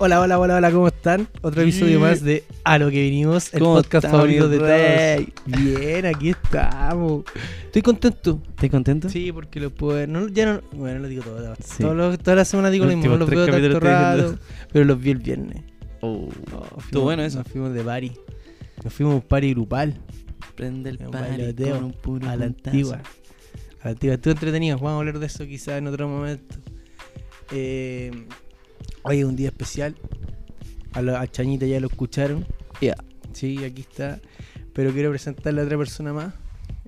Hola, hola, hola, hola, ¿cómo están? Otro episodio Mm. más de A lo que vinimos, el ¿Cómo podcast está, mi favorito de rey? todos. Bien, aquí estamos. Estoy contento. ¿Estás contento? Sí, porque lo puedo. No, ya no, bueno, lo digo todo. todo. Sí. Todos los- todas las semanas digo Los lo mismo, no los últimos veo tres tanto capítulos estoy rato. Pero los vi el viernes. Oh, Oh, fuimos- Estuvo bueno eso. Nos fuimos de party. Nos fuimos a un party grupal. Prende el Un palo bailoteo con un puro A la puntazo. antigua. A la antigua. Estuvo entretenido. Vamos a hablar de eso quizás en otro momento. Eh, hoy es un día especial. A, la- a Chañita ya lo escucharon. Ya. Sí, aquí está. Pero quiero presentarle a otra persona más.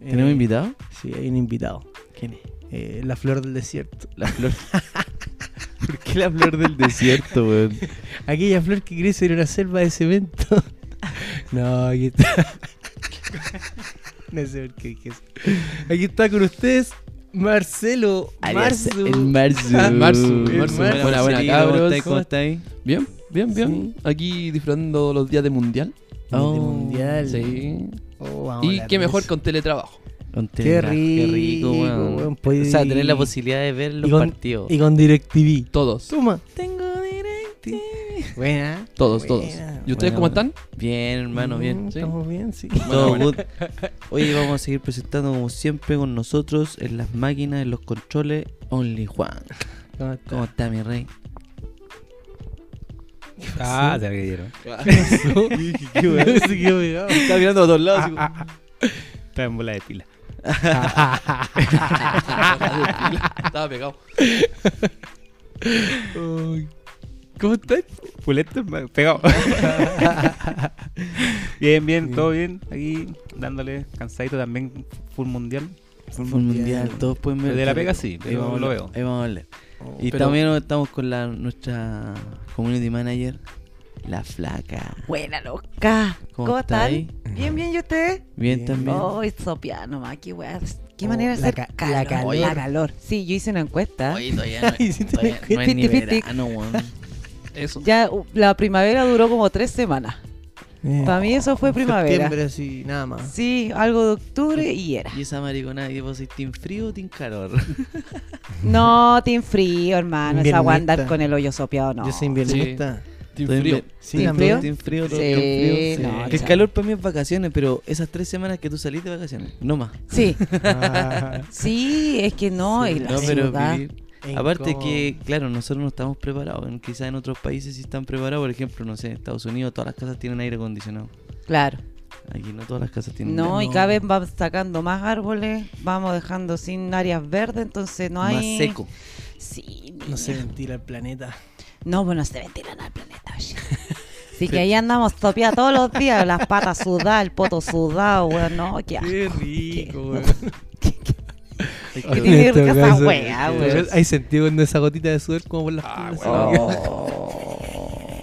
Eh, ¿Tenemos invitado? Sí, hay un invitado. ¿Quién es? Eh, la flor del desierto. La flor. ¿Por qué la flor del desierto, weón? Aquella flor que crece en una selva de cemento. no, aquí está. no sé por qué dije eso. Aquí está con ustedes Marcelo. Alias, Marzu. El Marzu. Ah, Marzu, El Marzu. Marzu. Hola, buena, Marcelino, ¿cómo cabros. estáis? ¿Cómo estáis? Bien, bien, bien. Aquí disfrutando los días de mundial. Días de Oh, mundial. Sí. Oh, vamos a Y hablar qué de mejor eso. con teletrabajo. Con Qué Telegraph, rico, weón. weón, podí- O sea, tener la posibilidad de ver los y con- partidos. Y con DirecTV. Todos, Suma. Tengo directo. Buena. todos, todos. Buena. ¿Y ustedes Buena, cómo buena. están? Bien, hermano, bien. Mm, Estamos bien, sí. Todo Bueno, good. Oye, vamos a seguir presentando como siempre con nosotros en las máquinas, en los controles. Only Juan. ¿Cómo está? ¿Cómo está, mi rey? Ah, te agredieron. Se quedó pegado. Está mirando a todos lados. así como- Está en bola de pila. Estaba pegado. Ay. ¿Cómo estás? Puleto, ma- pegado. bien, bien, todo bien. Aquí dándole cansadito también. Full mundial. Fue un mundial, todos pueden ver. Desde la pega sí, Ahí pero vamos, lo a- veo. Ahí vamos a hablar. Y Pero- también estamos con la, nuestra community manager, la flaca. Buena loca. ¿Cómo ¿Cómo, está ahí? están? Bien, bien, Oh. ¿y usted? Bien, Bien. también. Ay, sopia nomás, qué weá. Qué Oh, manera de la hacer ca- calor. la calor. La calor. Sí, yo hice una encuesta. Oye, todavía no, Ay, sí te todavía no es ni Tic, tic, tic. verano, weón. Eso. Ya uh, la primavera duró como tres semanas. Para mí eso fue primavera. eh, Septiembre, así, nada más. Sí, algo de octubre y era. Y esa mariconada que vos sois team frío o team calor. No, team frío, hermano. Esa agua andar Inviernista. con el hoyo sopeado, no. Yo soy inviernista. Team Estoy frío. en ve- Sí, team también. frío, team frío, todo Sí, team frío, sí. no, El chao. calor para mí es vacaciones, pero esas tres semanas que tú salís de vacaciones, no más. Sí, Ah, sí, es que no, Sí, en la no, pero ciudad. vivir- Aparte que, claro, nosotros no estamos preparados. En- Quizás en otros países sí están preparados. Por ejemplo, no sé, en Estados Unidos todas las casas tienen aire acondicionado. Claro. Aquí no todas las casas tienen No, aire. y cada vez vamos sacando más árboles, vamos dejando sin áreas verdes, entonces no hay. Más seco. Sí, No se ventila el planeta. No, bueno, se ventilan al planeta, oye. Así que ahí andamos topiados todos los días, las patas sudadas, el poto sudado, weón, no, qué asco. Qué rico, weón. Hay ¿Qué que- tiene que ver con esa weá, weón? Hay sentido cuando esa gotita de sudor como por las piernas. Oh.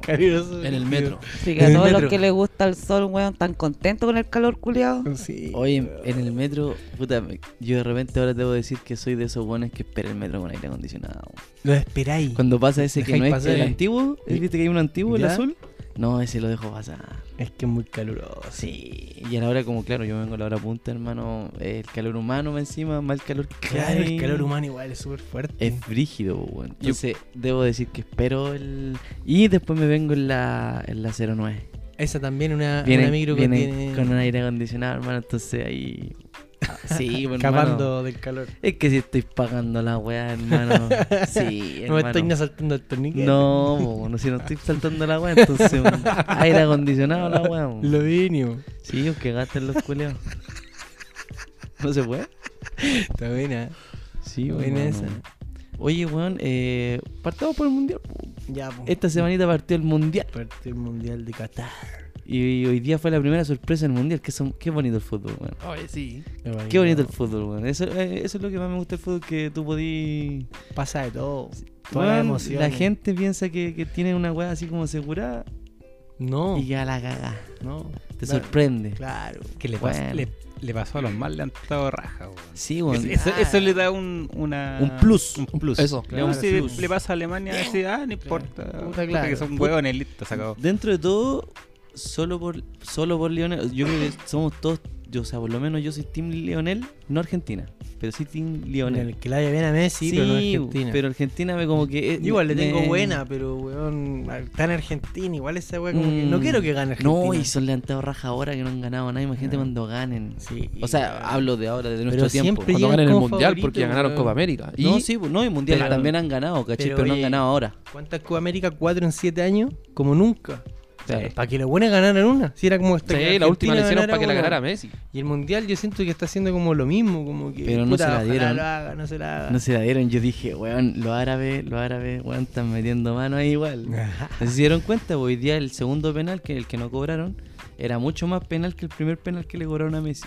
Cariñoso, En el tío. metro. Así En que a el todos metro. los que les gusta el sol, weón, tan contentos con el calor culiado. Sí. Oye, en- en el metro, puta, me- yo de repente ahora debo decir que soy de esos buenos que espera el metro con aire acondicionado. Lo esperáis. Cuando pasa ese que Dejáis no es pasar. el antiguo, ¿eh? ¿viste que hay un antiguo, el ¿Ya? azul? No, ese lo dejo pasar. Es que es muy caluroso. Sí, y a la hora como, claro, yo vengo a la hora punta, hermano, el calor humano va encima, más el calor que Claro, hay. el calor humano igual es súper fuerte. Es brígido, po, weón. Entonces, debo decir que espero el... Y después me vengo en la, en la 09. Esa también una, Viene, una micro viene que tiene con un aire acondicionado, hermano, entonces ahí... Ah, Sí, bueno, hermano. escapando del calor. Es que si estoy pagando la weá, hermano. Sí, No me estoy ni hermano. saltando el torniquete. No, po, no, si no estoy saltando la weá, entonces un aire acondicionado la weá. po. Lo mínimo. Sí, o que gasten los culeos. ¿No se puede? Está ¿eh? buena. Sí, pues, Buena weón. esa. Oye, weón, eh, partamos por el mundial. po. Ya, po. Esta semanita partió el mundial. Partido el mundial de Qatar. Y hoy día fue la primera sorpresa del mundial. Que son, qué bonito el fútbol, weón. Oye, sí. Qué bonito el fútbol, weón. Eso, eh, eso es lo que más me gusta del fútbol, que tú podís... Pasa de todo. Toda la Weón, emoción. la gente piensa que, que tiene una weá así como asegurada No, y ya la caga. no. Te Claro, sorprende. Claro. Que le, pas- Bueno. le, le pasó a los más, le han estado raja, weón. Sí, Es- weón. Eso, eso le da un, una- Un plus. Un plus. Eso. Le, da un- Claro, si plus. le pasa a Alemania, dice, ah, no importa. Puta claro. que son Put- huevones, listo, se acabó. Dentro de todo, solo por solo por Lionel, yo creo que somos todos yo, o sea, por lo menos yo soy Team Lionel, no Argentina, pero sí Team Lionel. El que la haya bien a Messi, pero no a Argentina. pero Argentina ve como que... eh, Yo Igual le tengo me- buena, pero weón, tan Argentina, igual esa weá como que Mm. no quiero que gane Argentina. Ah. No, y son levantados raja ahora que no han ganado nada. Imagínate cuando ganen. Sí. O sea, hablo de ahora, de nuestro Pero tiempo. siempre Cuando llegan ganen el como Mundial favoritos, porque ganaron weón. Copa América. Y No, sí, pues, no, y mundial Pero- también han ganado, ¿cachai? pero Pero, no han oye, ganado ahora. ¿Cuántas Copa América? Cuatro en siete años, como nunca. Sí. Para que los buenos ganaran una. Si era como hasta Sí, que la última la Argentina hicieron para que la una. ganara Messi. Y el mundial yo siento que está haciendo como lo mismo, como que. Pero no se la ojalá dieron. lo haga, no se la haga. ah. No se la dieron, yo dije, weón, los árabes, los árabes, weón, están metiendo mano ahí igual. No sé si se dieron cuenta, hoy día el segundo penal, que el que no cobraron, era mucho más penal que el primer penal que le cobraron a Messi.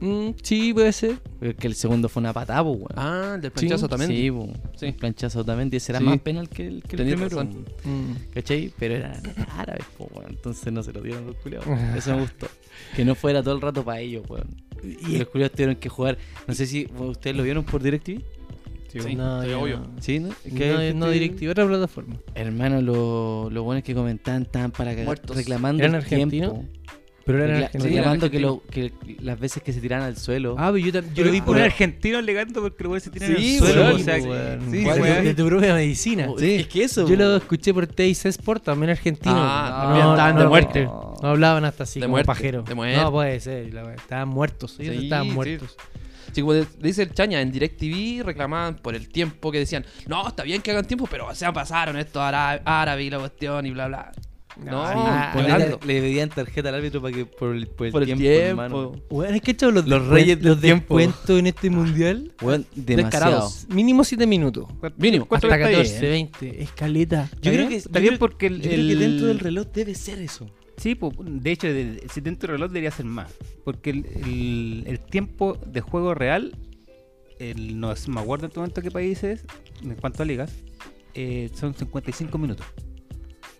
Mm, sí, puede ser. Porque el segundo fue una patada, pues, weón. Ah, el del Sí, planchazo también. Sí, pues, Sí. el planchazo también, y ese era Sí. más penal que el, que el Tenía primero. razón. pues. Mm. ¿Cachai? Pero eran árabes, pues, weón. Entonces no se lo dieron los culiados. Eso me gustó. Que no fuera todo el rato para ellos, weón. Y los culiados tuvieron que jugar. No sé si bueno, ustedes lo vieron por DirecTV. Sí, no, sí, yo obvio. no. Sí, ¿no? No, Que hay gente- no DirecTV, otra plataforma. Hermano, lo- los buenos que comentaban estaban para cagar. Muertos. Reclamando ¿Eran el argentinos? tiempo. Pero Recla- era en Argentina. reclamando que, lo- que las veces que se tiraban al suelo. Ah, pero yo, tam- yo Yo lo vi por por argentino legando porque los weones se Sí, tiran en el suelo. weón, o sea, weón. sí, Cuatro- weón. de tu propia medicina. Oh, Es que eso. Yo lo weón. escuché por TIC Sport, también argentino. Ah, No, también estaban de muerte. No hablaban hasta así, De como muerte, pajeros. de muerte. No puede ser, la wea. estaban muertos. Ellos Sí, estaban sí. muertos. Sí, como de- dice el Chaña, en DirecTV reclamaban por el tiempo que decían, no, está bien que hagan tiempo, pero se pasaron estos ára- árabes y la cuestión y bla bla. No, Ah, Le- hablando. le pedían tarjeta al árbitro para que por el, por el por el tiempo, tiempo. hermano. Weón, es que chavos, los, Los descuen- reyes del los tiempo. descuentos en este mundial. Weón, demasiado. Descarados. Mínimo 7 minutos. Mínimo. ¿Cuánto eh? Hasta está bien? 14, 20. Escaleta. Yo creo que yo también creo- porque el, Yo creo que el- dentro del reloj debe ser eso. Sí, po, de hecho, de- si dentro del reloj debería ser más. Porque el, el- el tiempo de juego real, el- no es- me acuerdo en este momento qué países, en cuanto a ligas, eh, son 55 minutos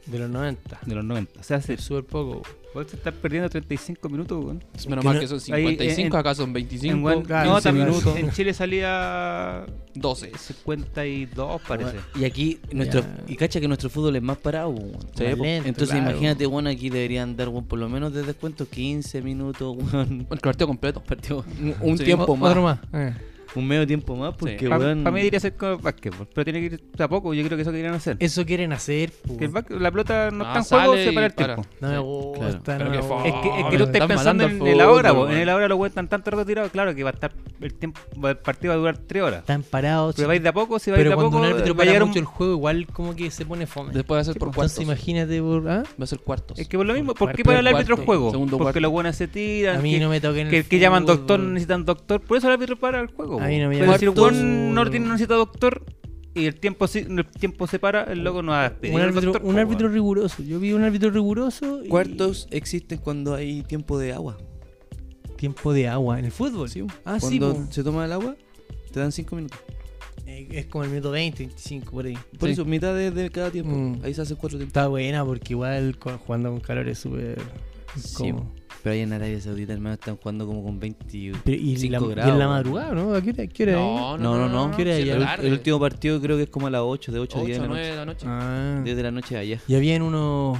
De los 90. de los 90. O sea, se, Es súper poco. puedes estar perdiendo 35 minutos. weón. Menos que mal no- que son ahí, 55, en- acá son 25, En, Guan- 15 no, también minutos, en Chile salía 12. 52, parece. Y aquí, nuestro, y cacha que nuestro fútbol es más parado. weón. Más po. lento, Entonces claro. imagínate, weón, aquí deberían dar weón, por lo menos de descuento 15 minutos, weón. El partido completo. Partido- un- un Sí. tiempo O- más, Otro más. eh. un medio tiempo más, porque Para weón, mí debería ser como el básquetbol, pero tiene que ir de a poco. Yo creo que eso querían hacer. Eso quieren hacer. po. Que el básquet- la pelota no Ah, está en juego, sale se y para el para. tiempo. No me Sí, gusta. claro. no Oh, Pero me qué gusta. fo- Es que, es pero que tú estás están pensando en, matando el fútbol, ahora, po. weón. en el ahora los weones están tanto rato tirados, claro que va a estar el tiempo, el partido va a durar 3 horas. Están parados. Pero vais de a poco, si vais de Pero a poco, cuando un eh, árbitro va a para llegar un- mucho el juego, igual como que se pone fome. Después va a ser por Entonces cuartos. Va imagínate, por, ¿ah? a ser cuartos. Es que por lo mismo, ¿por Cuarto, qué para el árbitro cuarto, juego? segundo, Porque cuarto. los buenos se tiran, a mí que, no me toquen el que- que llaman fútbol. doctor, necesitan doctor, por eso el árbitro para el juego. A mí no me Pero llaman si el doctor. weón no tiene- no necesita doctor y el tiempo, sí- el tiempo se para, el loco no va a pedir Un al árbitro, doctor, un po, árbitro weón. riguroso. Yo vi un árbitro riguroso. y- cuartos existen cuando hay tiempo de agua. Tiempo de agua en el fútbol. Sí, Ah, sí. cuando po. se toma el agua, te dan 5 minutos. Eh, Es como el minuto 20, 25, por ahí. Por Sí. eso, mitad de, de cada tiempo. Mm. Ahí se hacen 4 tiempos. Está buena porque igual co- jugando con calor es súper. incómodo. Pero ahí en Arabia Saudita, hermano, están jugando como con 20. Pero y, la, Cinco y grados, en la weón. madrugada, ¿no? ¿A qué hora, qué hora es? No, no, no, no. ¿Qué hora sí, hay? es El- tarde. El último partido creo que es como a las 8, de 8 a 10 8, de la noche. 9 de la noche. Ah. 10 de la noche allá. Y habían unos.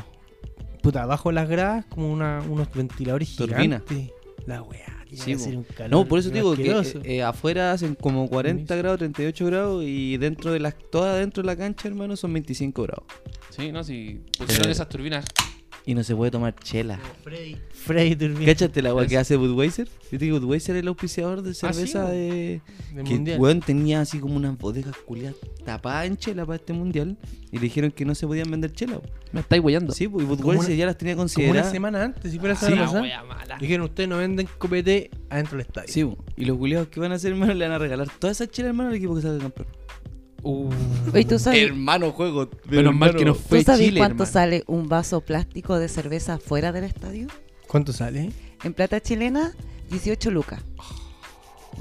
Puta, abajo de las gradas, como una, unos ventiladores Turbina. gigantes. La weá, tiene Sí, que po. ser un calor. No, por eso te digo que asqueroso. eh, eh, afuera hacen como 40 Permiso. grados, 38 grados y dentro de las toda dentro de la cancha, hermano, son 25 grados. Sí, no, si pusieron esas turbinas. Y no se puede tomar chela. Freddy Turbina. Cáchate la agua que hace Budweiser. Viste que Budweiser es el auspiciador Ah, de cerveza ¿no? de del que mundial. weón tenía así como unas bodegas culiadas tapadas en chela para este mundial y le dijeron que no se podían vender chela. po. Me estáis huellando. Sí, po, y Como Budweiser una- ya las tenía Como una consideradas. semana antes, si fuera la Ah, Sí. semana La pasada. wea mala. Dijeron, ustedes no venden copete adentro del estadio. Sí, po. y los culiados que van a hacer, hermano, le van a regalar toda esa chela, hermano, al equipo que salga campeón. Oye, ¿tú sabes, Hermano juego. Menos mal que no ¿tú fue sabes Chile, cuánto hermano. sale un vaso plástico de cerveza fuera del estadio? ¿Cuánto sale? En plata chilena, 18 lucas.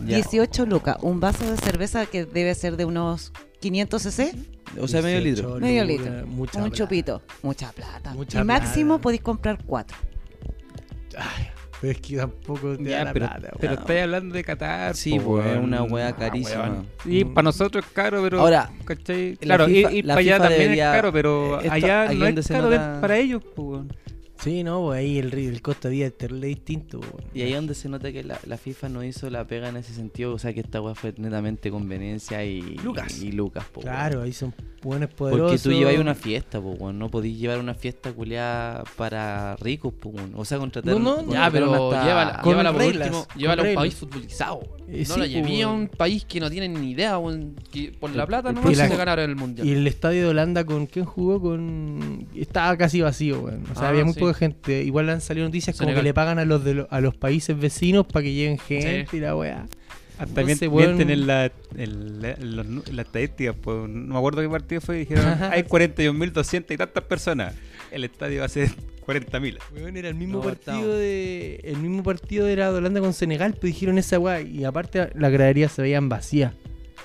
Ya. 18 lucas. Un vaso de cerveza que debe ser de unos 500 cc, O sea, medio litro. Medio litro. Mucha plata. un chupito. Mucha plata. Mucha y máximo plata. podéis comprar cuatro. Pero es que tampoco te Ya, da la pero, plata, pero weón. estáis hablando de Qatar. Sí, po, po, es weón. una weá Ah, carísima. Mm. weón. Sí, para nosotros es caro, pero. Ahora, ¿cachai? la Claro, ir- FIFA- ir la para allá FIFA también debería- es caro, pero eh, esto- allá ahí no donde es se caro de- nota- para ellos, po, weón. Sí, no, pues ahí el, ri- el costo de vida es terrible distinto. pues, weón. Y ahí es donde se nota que la, la FIFA no hizo la pega en ese sentido. O sea, que esta weá fue netamente conveniencia y Lucas. Y, Lucas po, pues, weón. Claro, ahí son buenos poderosos. Porque tú lleváis una fiesta, po, weón. No podís llevar una fiesta culeada para ricos, po, weón. O sea, contratar No, no, Ya, contratar pero hasta- llévala, Con llévala por reglas, último, con llévala a un reglas. país futbolizado. Eh, no sí, la po, llevé a weón. un país que no tienen ni idea, weón, que por la plata el nomás se próximo- ganaron el mundial. Y el estadio de Holanda, ¿con quién jugó? Con... Estaba casi vacío, weón. O sea, Ah, había muy sí. poca gente. Igual han salido noticias como Senegal. que le pagan a los de lo- a los países vecininos para que lleguen gente y la weá. Hasta No mien- sé, weón. mienten en la, en la- en los nu- en la estadística, pues, no me acuerdo qué partido fue, y dijeron, hay 41.200 y tantas personas, el estadio va a ser 40.000. Weón, era el mismo No, partido estamos. de. El mismo partido era de Holanda con Senegal, pero dijeron esa weá. Y aparte las graderías se veían vacías.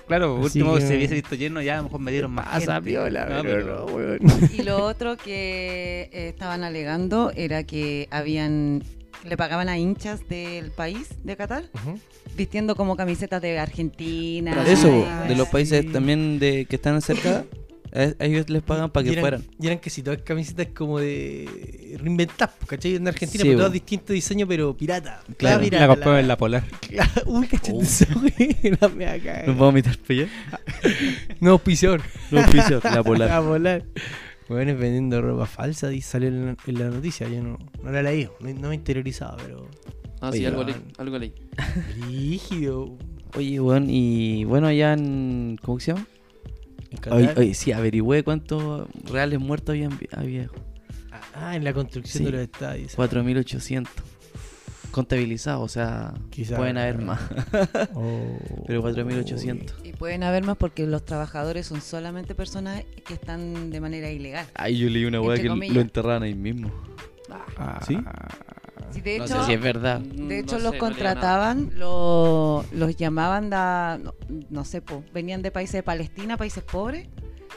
Claro, por Así último, que- si hubiese visto lleno, ya a lo mejor me dieron más Pasa gente. piola, pero No, Ah, pero- no, weón. Y lo otro que eh, estaban alegando era que habían le pagaban a hinchas del país de Qatar vistiendo como camisetas de Ah, Argentina. Ah, Pero Eso, de- po, de los países también de que están cerca, a a ellos les pagan para Y que eran- fueran. Y eran que si todas camisetas como de reinventar, ¿cachai? En Argentina, Sí, pero todas bo. distintos diseños, pero pirata. Todas Claro. Oh. pirata, La compraba en la polar. la- Uy, cachete, esa wea, la me va a cagar. Nos vamos a mitar para allá. No, auspiciador. Los pisos, la polar. A volar. Bueno, vendiendo ropa falsa y salió en la, en la noticia. Yo no, no la leí, no, no me interiorizaba, pero. Ah, sí, Oye, algo leí, weón. algo leí. Rígido. Oye, weón, y bueno, allá en. ¿Cómo que se llama? Oye, oye, sí, averigüé cuántos reales muertos habían, había. Ah, en la construcción Sí. de los estadios. 4.800 contabilizados, o sea, Quizá. pueden haber más, Oh. pero 4.800. Y pueden haber más porque los trabajadores son solamente personas que están de manera ilegal. Ay, yo leí una Entre weá que comillas. lo enterraban ahí mismo. Ah, ¿Sí? Sí, de No hecho, sé Si es Ah. verdad. de hecho los Mm, No sé, no leí nada. contrataban, lo- los llamaban, da, no, no sé, po, venían de países de Palestina, países pobres,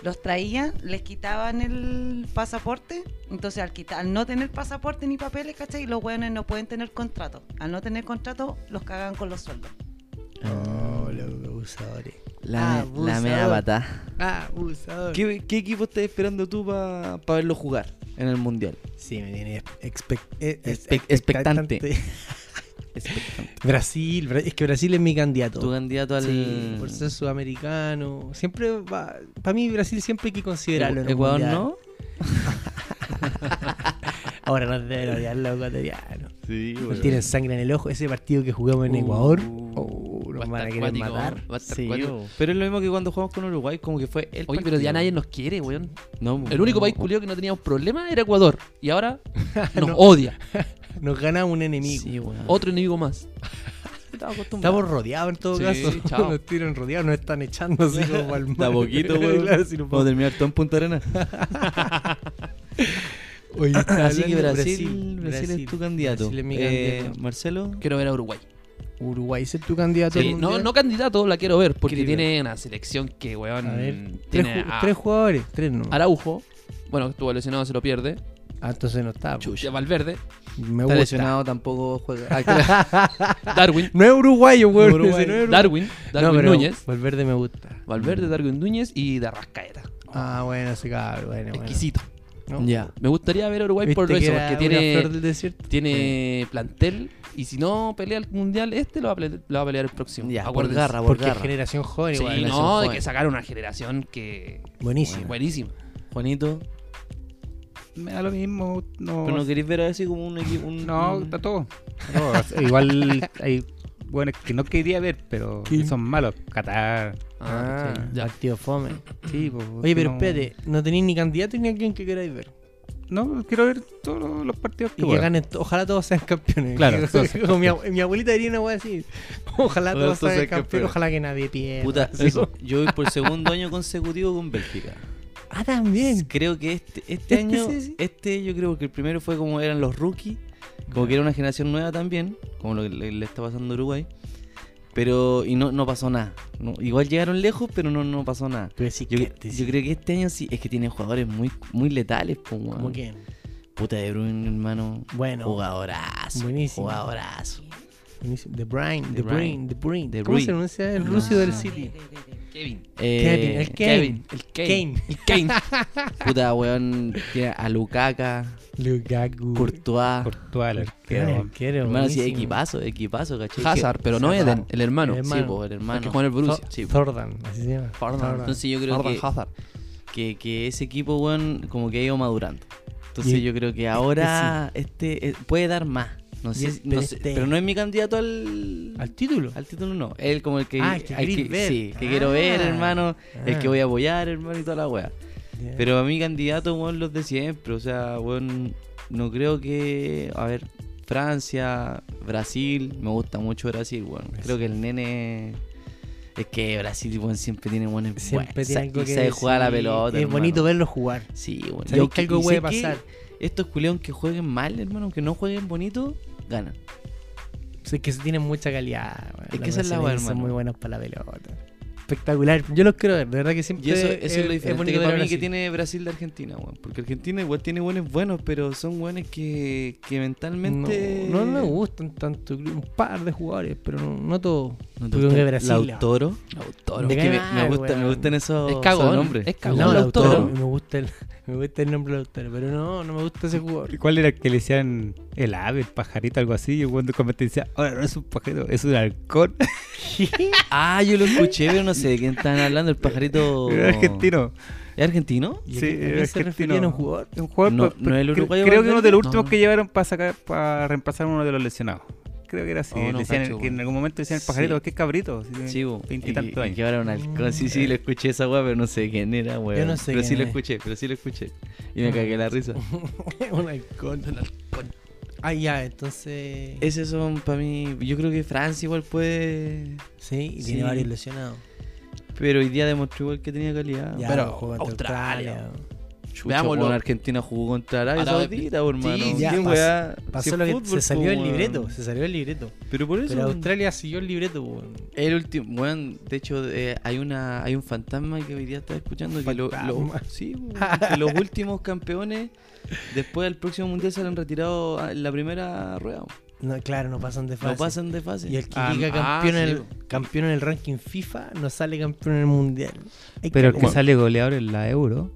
los traían, les quitaban el pasaporte, entonces al, quita- al no tener pasaporte ni papeles, ¿cachai? Los hueones no pueden tener contrato. Al no tener contrato, los cagan con los sueldos. Oh, los abusadores. La, Abusador. la mea batá. Ah, abusador. ¿Qué, qué equipo estás esperando tú para verlo jugar en el mundial? Sí, me tiene expec- eh, es- Espe- expectante. expectante. Expectante. Brasil, Bra- es que Brasil es mi candidato. Tu candidato al. Sí, por ser sudamericano. Siempre va. Para mí, Brasil siempre hay que considerarlo. en Ecu- un Ecuador mundial. no. Ahora no deben odiar los ecuatorianos. Sí, No tienen sangre en el ojo. Ese partido que jugamos en Uh, Ecuador. Oh, Va a nos van a estar querer cuático, matar. va a estar cuático. Pero es lo mismo que cuando jugamos con Uruguay, como que fue el. Oye, pero partido. ya nadie nos quiere, weón. Pues No, pues, El único no. país culiado que no tenía un problema era Ecuador. Y ahora nos odia. Nos gana un enemigo. Sí, weón. Otro enemigo más. Estamos rodeados en todo Sí, caso. chao. Nos tienen rodeados, nos están echando así como al mar. Da poquito, weón. Claro, si nos Vamos a terminar todo en Punta Arena. Oye, está Así que hablando Brasil, Brasil, es tu candidato. Brasil es mi Eh, candidato. Marcelo. Quiero ver a Uruguay. Uruguay es tu candidato. Sí, al no, mundial? no candidato, la quiero ver. Porque Quiero ver. tiene una selección que, weón. A ver, Tres, mm, tiene ju- a tres jugadores, tres no. Mm. Araujo. Bueno, estuvo lesionado, se lo pierde. Ah, entonces no está. po. Valverde. Me Está gusta. lesionado, tampoco juega. Ah, claro. Darwin. No es uruguayo, weón. No, uruguayo. ese no es uruguayo. Darwin. Darwin No, pero Núñez. Valverde me gusta. Valverde, Darwin Núñez y Darrascaeta. Ah, bueno, ese cabrón, bueno, bueno. Exquisito. No. ya. Me gustaría ver a Uruguay ¿Viste por eso, era porque una flor tiene, del desierto? tiene plantel. Y si no pelea el mundial este, lo va a pelear, lo va a pelear el próximo. Ya, por Acuérdense. garra, por Porque es garra. generación joven Sí, igual. no, generación de joven. que sacaron una generación que. Buenísimo. Buenísima. Juanito. Me da lo mismo, no... Pero no queréis ver así como un equipo. Un, No, un- está todo. No, o sea, igual hay bueno que no quería ver, pero ¿Qué? son malos. Qatar. Ah, Ah, ya. partido fome. Sí, pues, Oye, pero no- espérate, no tenéis ni candidato ni alguien que queráis ver. No, quiero ver todos los- los partidos Y que que pueda. ganen, to- ojalá todos sean campeones. Claro, Que- todos como mi, ab- mi abuelita diría una wea así. Ojalá Ojalá todos todos sean sean campeones, campeones. ojalá que nadie pierda. Puta, Así eso. como- Yo voy por segundo año consecutivo con Bélgica. Ah, también. Creo que este, este, Este año, sí, sí. este yo creo que el primero fue como eran los rookies, como que era una generación nueva también, como lo que le, le está pasando a Uruguay. Pero, y no, no pasó nada. No, igual llegaron lejos, pero no, no pasó nada. Pero sí, Yo, que- yo creo que este año sí, es que tiene jugadores muy, muy letales, po, weón. ¿Cómo quién? Puta de Bruyne, hermano. Bueno. Jugadorazo. Buenísimo. Jugadorazo. Buenísimo. De Bruyne, De de Bruyne, Bruyne. de Bruyne. De ¿Cómo se Bruyne. pronuncia el Ah, ruso del sí, City? sí, sí, sí. Kevin. Kevin, Eh, el Kane. Kevin, el Kane. El Kane. Puta, weón. Tiene a Lukaku, Lukaku. Courtois. Courtois, el Claro, arquero. arquero, Hermano, sí, buenísimo. equipazo, equipazo, ¿cachai? Hazard, pero no Eden, el hermano. El Sí, hermano. pues, el hermano. El que juega en el Borussia. Thor- Sí, Thordan, así se llama. Thordan. Entonces yo creo Jordan que, Hazard. que, que ese equipo, weón, como que ha ido madurando. Entonces Y- yo creo que ahora este eh, puede dar más. No Y sé, el no sé, Pérez Teo. pero no es mi candidato al, Al título. al título, no. Él como el que, Ah, el que al querís ver. sí, que quiero ver, Ah, hermano, el que ah. voy a apoyar, hermano, y toda la wea. Ya. Pero a mi candidato, weón, los de siempre. O sea, weón, no creo que. A ver, Francia, Brasil. Me gusta mucho Brasil, weón. Creo que el nene. Es que Brasil, weón, siempre tiene buenos. siempre weón, tiene sa- algo y que sabe jugar a la decir. pelota. Es hermano. bonito verlo jugar. Sí, weón. Sabéis Yo que algo y sé puede que pasar. Estos culeones que jueguen mal, hermano, que no jueguen bonito, ganan. O sea, Es que se tienen mucha calidad. weón. que Los esa es la brasileños weá, Son hermano. muy buenos para la pelota. Espectacular. Yo los creo ver, de verdad que siempre. Y eso, eso es lo diferente bonito que para ver a mí que Brasil. tiene Brasil de Argentina, weón. Porque Argentina igual tiene buenos buenos, pero son buenos que, que mentalmente. No, no me gustan tanto. creo, Un par de jugadores, pero no, no todos. ¿No te Porque gusta de Brasil. Lautoro. Lautaro. De Es que me, ganar, me gusta, weón. me gustan esos, Es cagón, esos nombres. es cagón. No, Lautaro. Lautaro. Me gusta, el, me gusta el nombre Lautaro, pero no, no me gusta ese jugador. ¿Cuál era el que le decían el ave, el pajarito, algo así? Y cuando competencia decía, ahora no es un pajarito, es un halcón. Ah, yo lo escuché, pero no sé de quién están hablando. El pajarito. Era argentino. ¿Es argentino? ¿Y a quién- a quién se referían a un jugador? Un jugador, No, pero- no es el pues, cre- uruguayo Creo que Valverde. uno de los últimos No. que llevaron para sacar, para reemplazar a uno de los lesionados. Creo que era así. Oh, no, decían cacho, que en weón. algún momento decían el Sí. pajarito, qué cabrito. así, Sí, bo. Y, Veintitantos y que años. ahora un halcón. Sí, sí, lo escuché esa weá, pero no sé quién era, weón. Yo no sé Pero sí quién lo es. escuché, pero sí lo escuché. Y me cagué la risa. un halcón. Ah, ya, entonces. Esos son para mí. Yo creo que Francia igual puede. Sí, y Sí. tiene varios lesionados. Pero hoy día demostró igual que tenía calidad. Ya, pues, pero jugó contra Australia. Chucha, Veámoslo. weón, Argentina jugó contra Arabia Arabia. Saudita, weón, Sí, hermano. sí, ya, ¿Qué pas- weá? Si Pasó es lo que fútbol, pues, se salió el weón. libreto, se salió el libreto. Pero por eso. pues, Pero weón. Australia siguió el libreto, weón. El último, weón, de hecho eh, hay una hay un fantasma que hoy día estaba escuchando que, lo- lo- Fantasma. sí, weón, que los últimos campeones después del próximo mundial se lo han retirado a- en la primera rueda. weón. No, claro, no pasan de fase. No pasan de fase. Y el que Ah, llega ah, campeón, sí, en el, campeón en el ranking FIFA no sale campeón en el mundial. Hay Pero el que caleta. sale goleador en la Euro,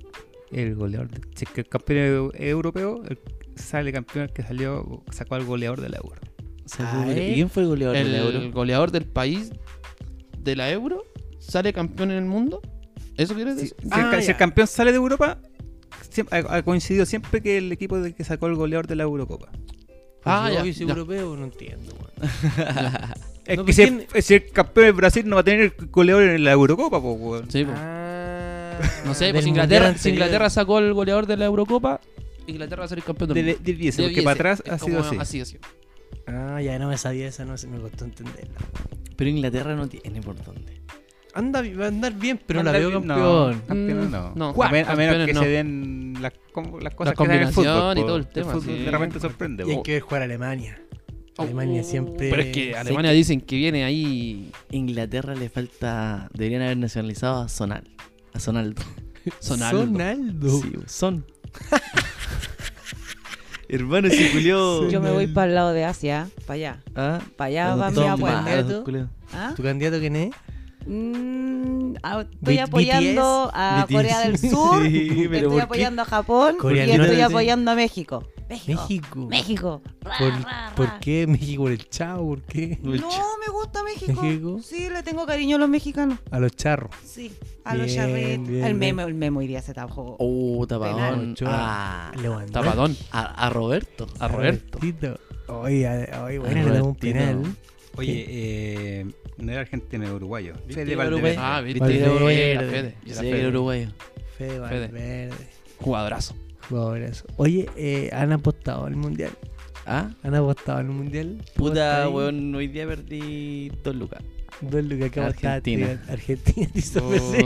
el goleador, de- si es que el campeón eu- europeo, el- sale campeón el que salió, sacó al goleador de la Euro. O sea, Ah, fue gole- ¿eh? ¿Y quién fue el goleador el del euro? goleador del país de la euro sale campeón en el mundo. ¿Eso quieres Si, si decir? el Ah, ca- si el, ya. campeón sale de Europa, siem- ha, ha coincidido siempre que el equipo del que sacó el goleador de la Eurocopa. Pues Ah, yo ya, que soy ya. europeo, no entiendo, weón. Es No, que pues si, ¿quién- el, si el campeón de Brasil no va a tener goleador en la Eurocopa, po, weón. Sí, po. No sé, Del pues mundial Inglaterra, si anterior. Inglaterra sacó el goleador de la Eurocopa, Inglaterra va a ser el campeón del De- mundo. de- debiese, porque Debiese, para atrás es ha sido como así. así ha sido. Ah, ya no me sabía esa, no sé, me costó entenderla. Pero Inglaterra no tiene por dónde. Anda, va a andar bien, pero Anda la veo bien, no, campeón. campeón Mm, no. no. A, men- a menos Campeones que no. se den las, com- las cosas Las que dan en el fútbol. combinaciones y po. todo el tema, fútbol sí. de repente sorprende. Y hay po. que ver jugar a Alemania. Alemania Oh, siempre- Pero es que sé Alemania dicen que viene ahí Inglaterra le falta. Deberían haber nacionalizado a Sonal. A Sonaldo. Sonaldo. Sonaldo. Sí, son. Hermano, ese culió. Yo me voy para el lado de Asia, para allá. Ah, Para allá los va mi dos abuela. malos, culiao. ¿Ah? ¿Tu candidato quién es? Mm, ah, estoy B- apoyando a BTS. Corea del Sur, Sí, pero ¿por estoy qué? apoyando a Japón Corea y del estoy Norte. apoyando a México. México. México. México. Ra, ¿Por, ra, por ra. qué México por el chavo? ¿Por qué? El No, ch- me gusta México. México. Sí, le tengo cariño a los mexicanos. A los charros. Sí, a los Bien, charritos. bien, El bien. memo, el memo hoy día se tapó. Oh, tapadón. Ochoa. Ah, Lewandowski. tapadón a, a Roberto. a Roberto. Robertito. Oye, a- oye, bueno, le A damos un Robertito. penal. Oye, eh, no era argentino, era uruguayo. ¿Viste Fede el Valverde. uruguayo? Ah, viste, Valverde. era Fede, Yo era sabía que era Fede. uruguayo. Fede Valverde. Jugadorazo. Jugadorazo. Oye, eh, han apostado al mundial. Ah, Han apostado al mundial. ¿Cómo está puta, ahí? weón, hoy día perdí dos lucas. Dos lucas que Argentina. apostaste. Argentina te Ah, hizo perder.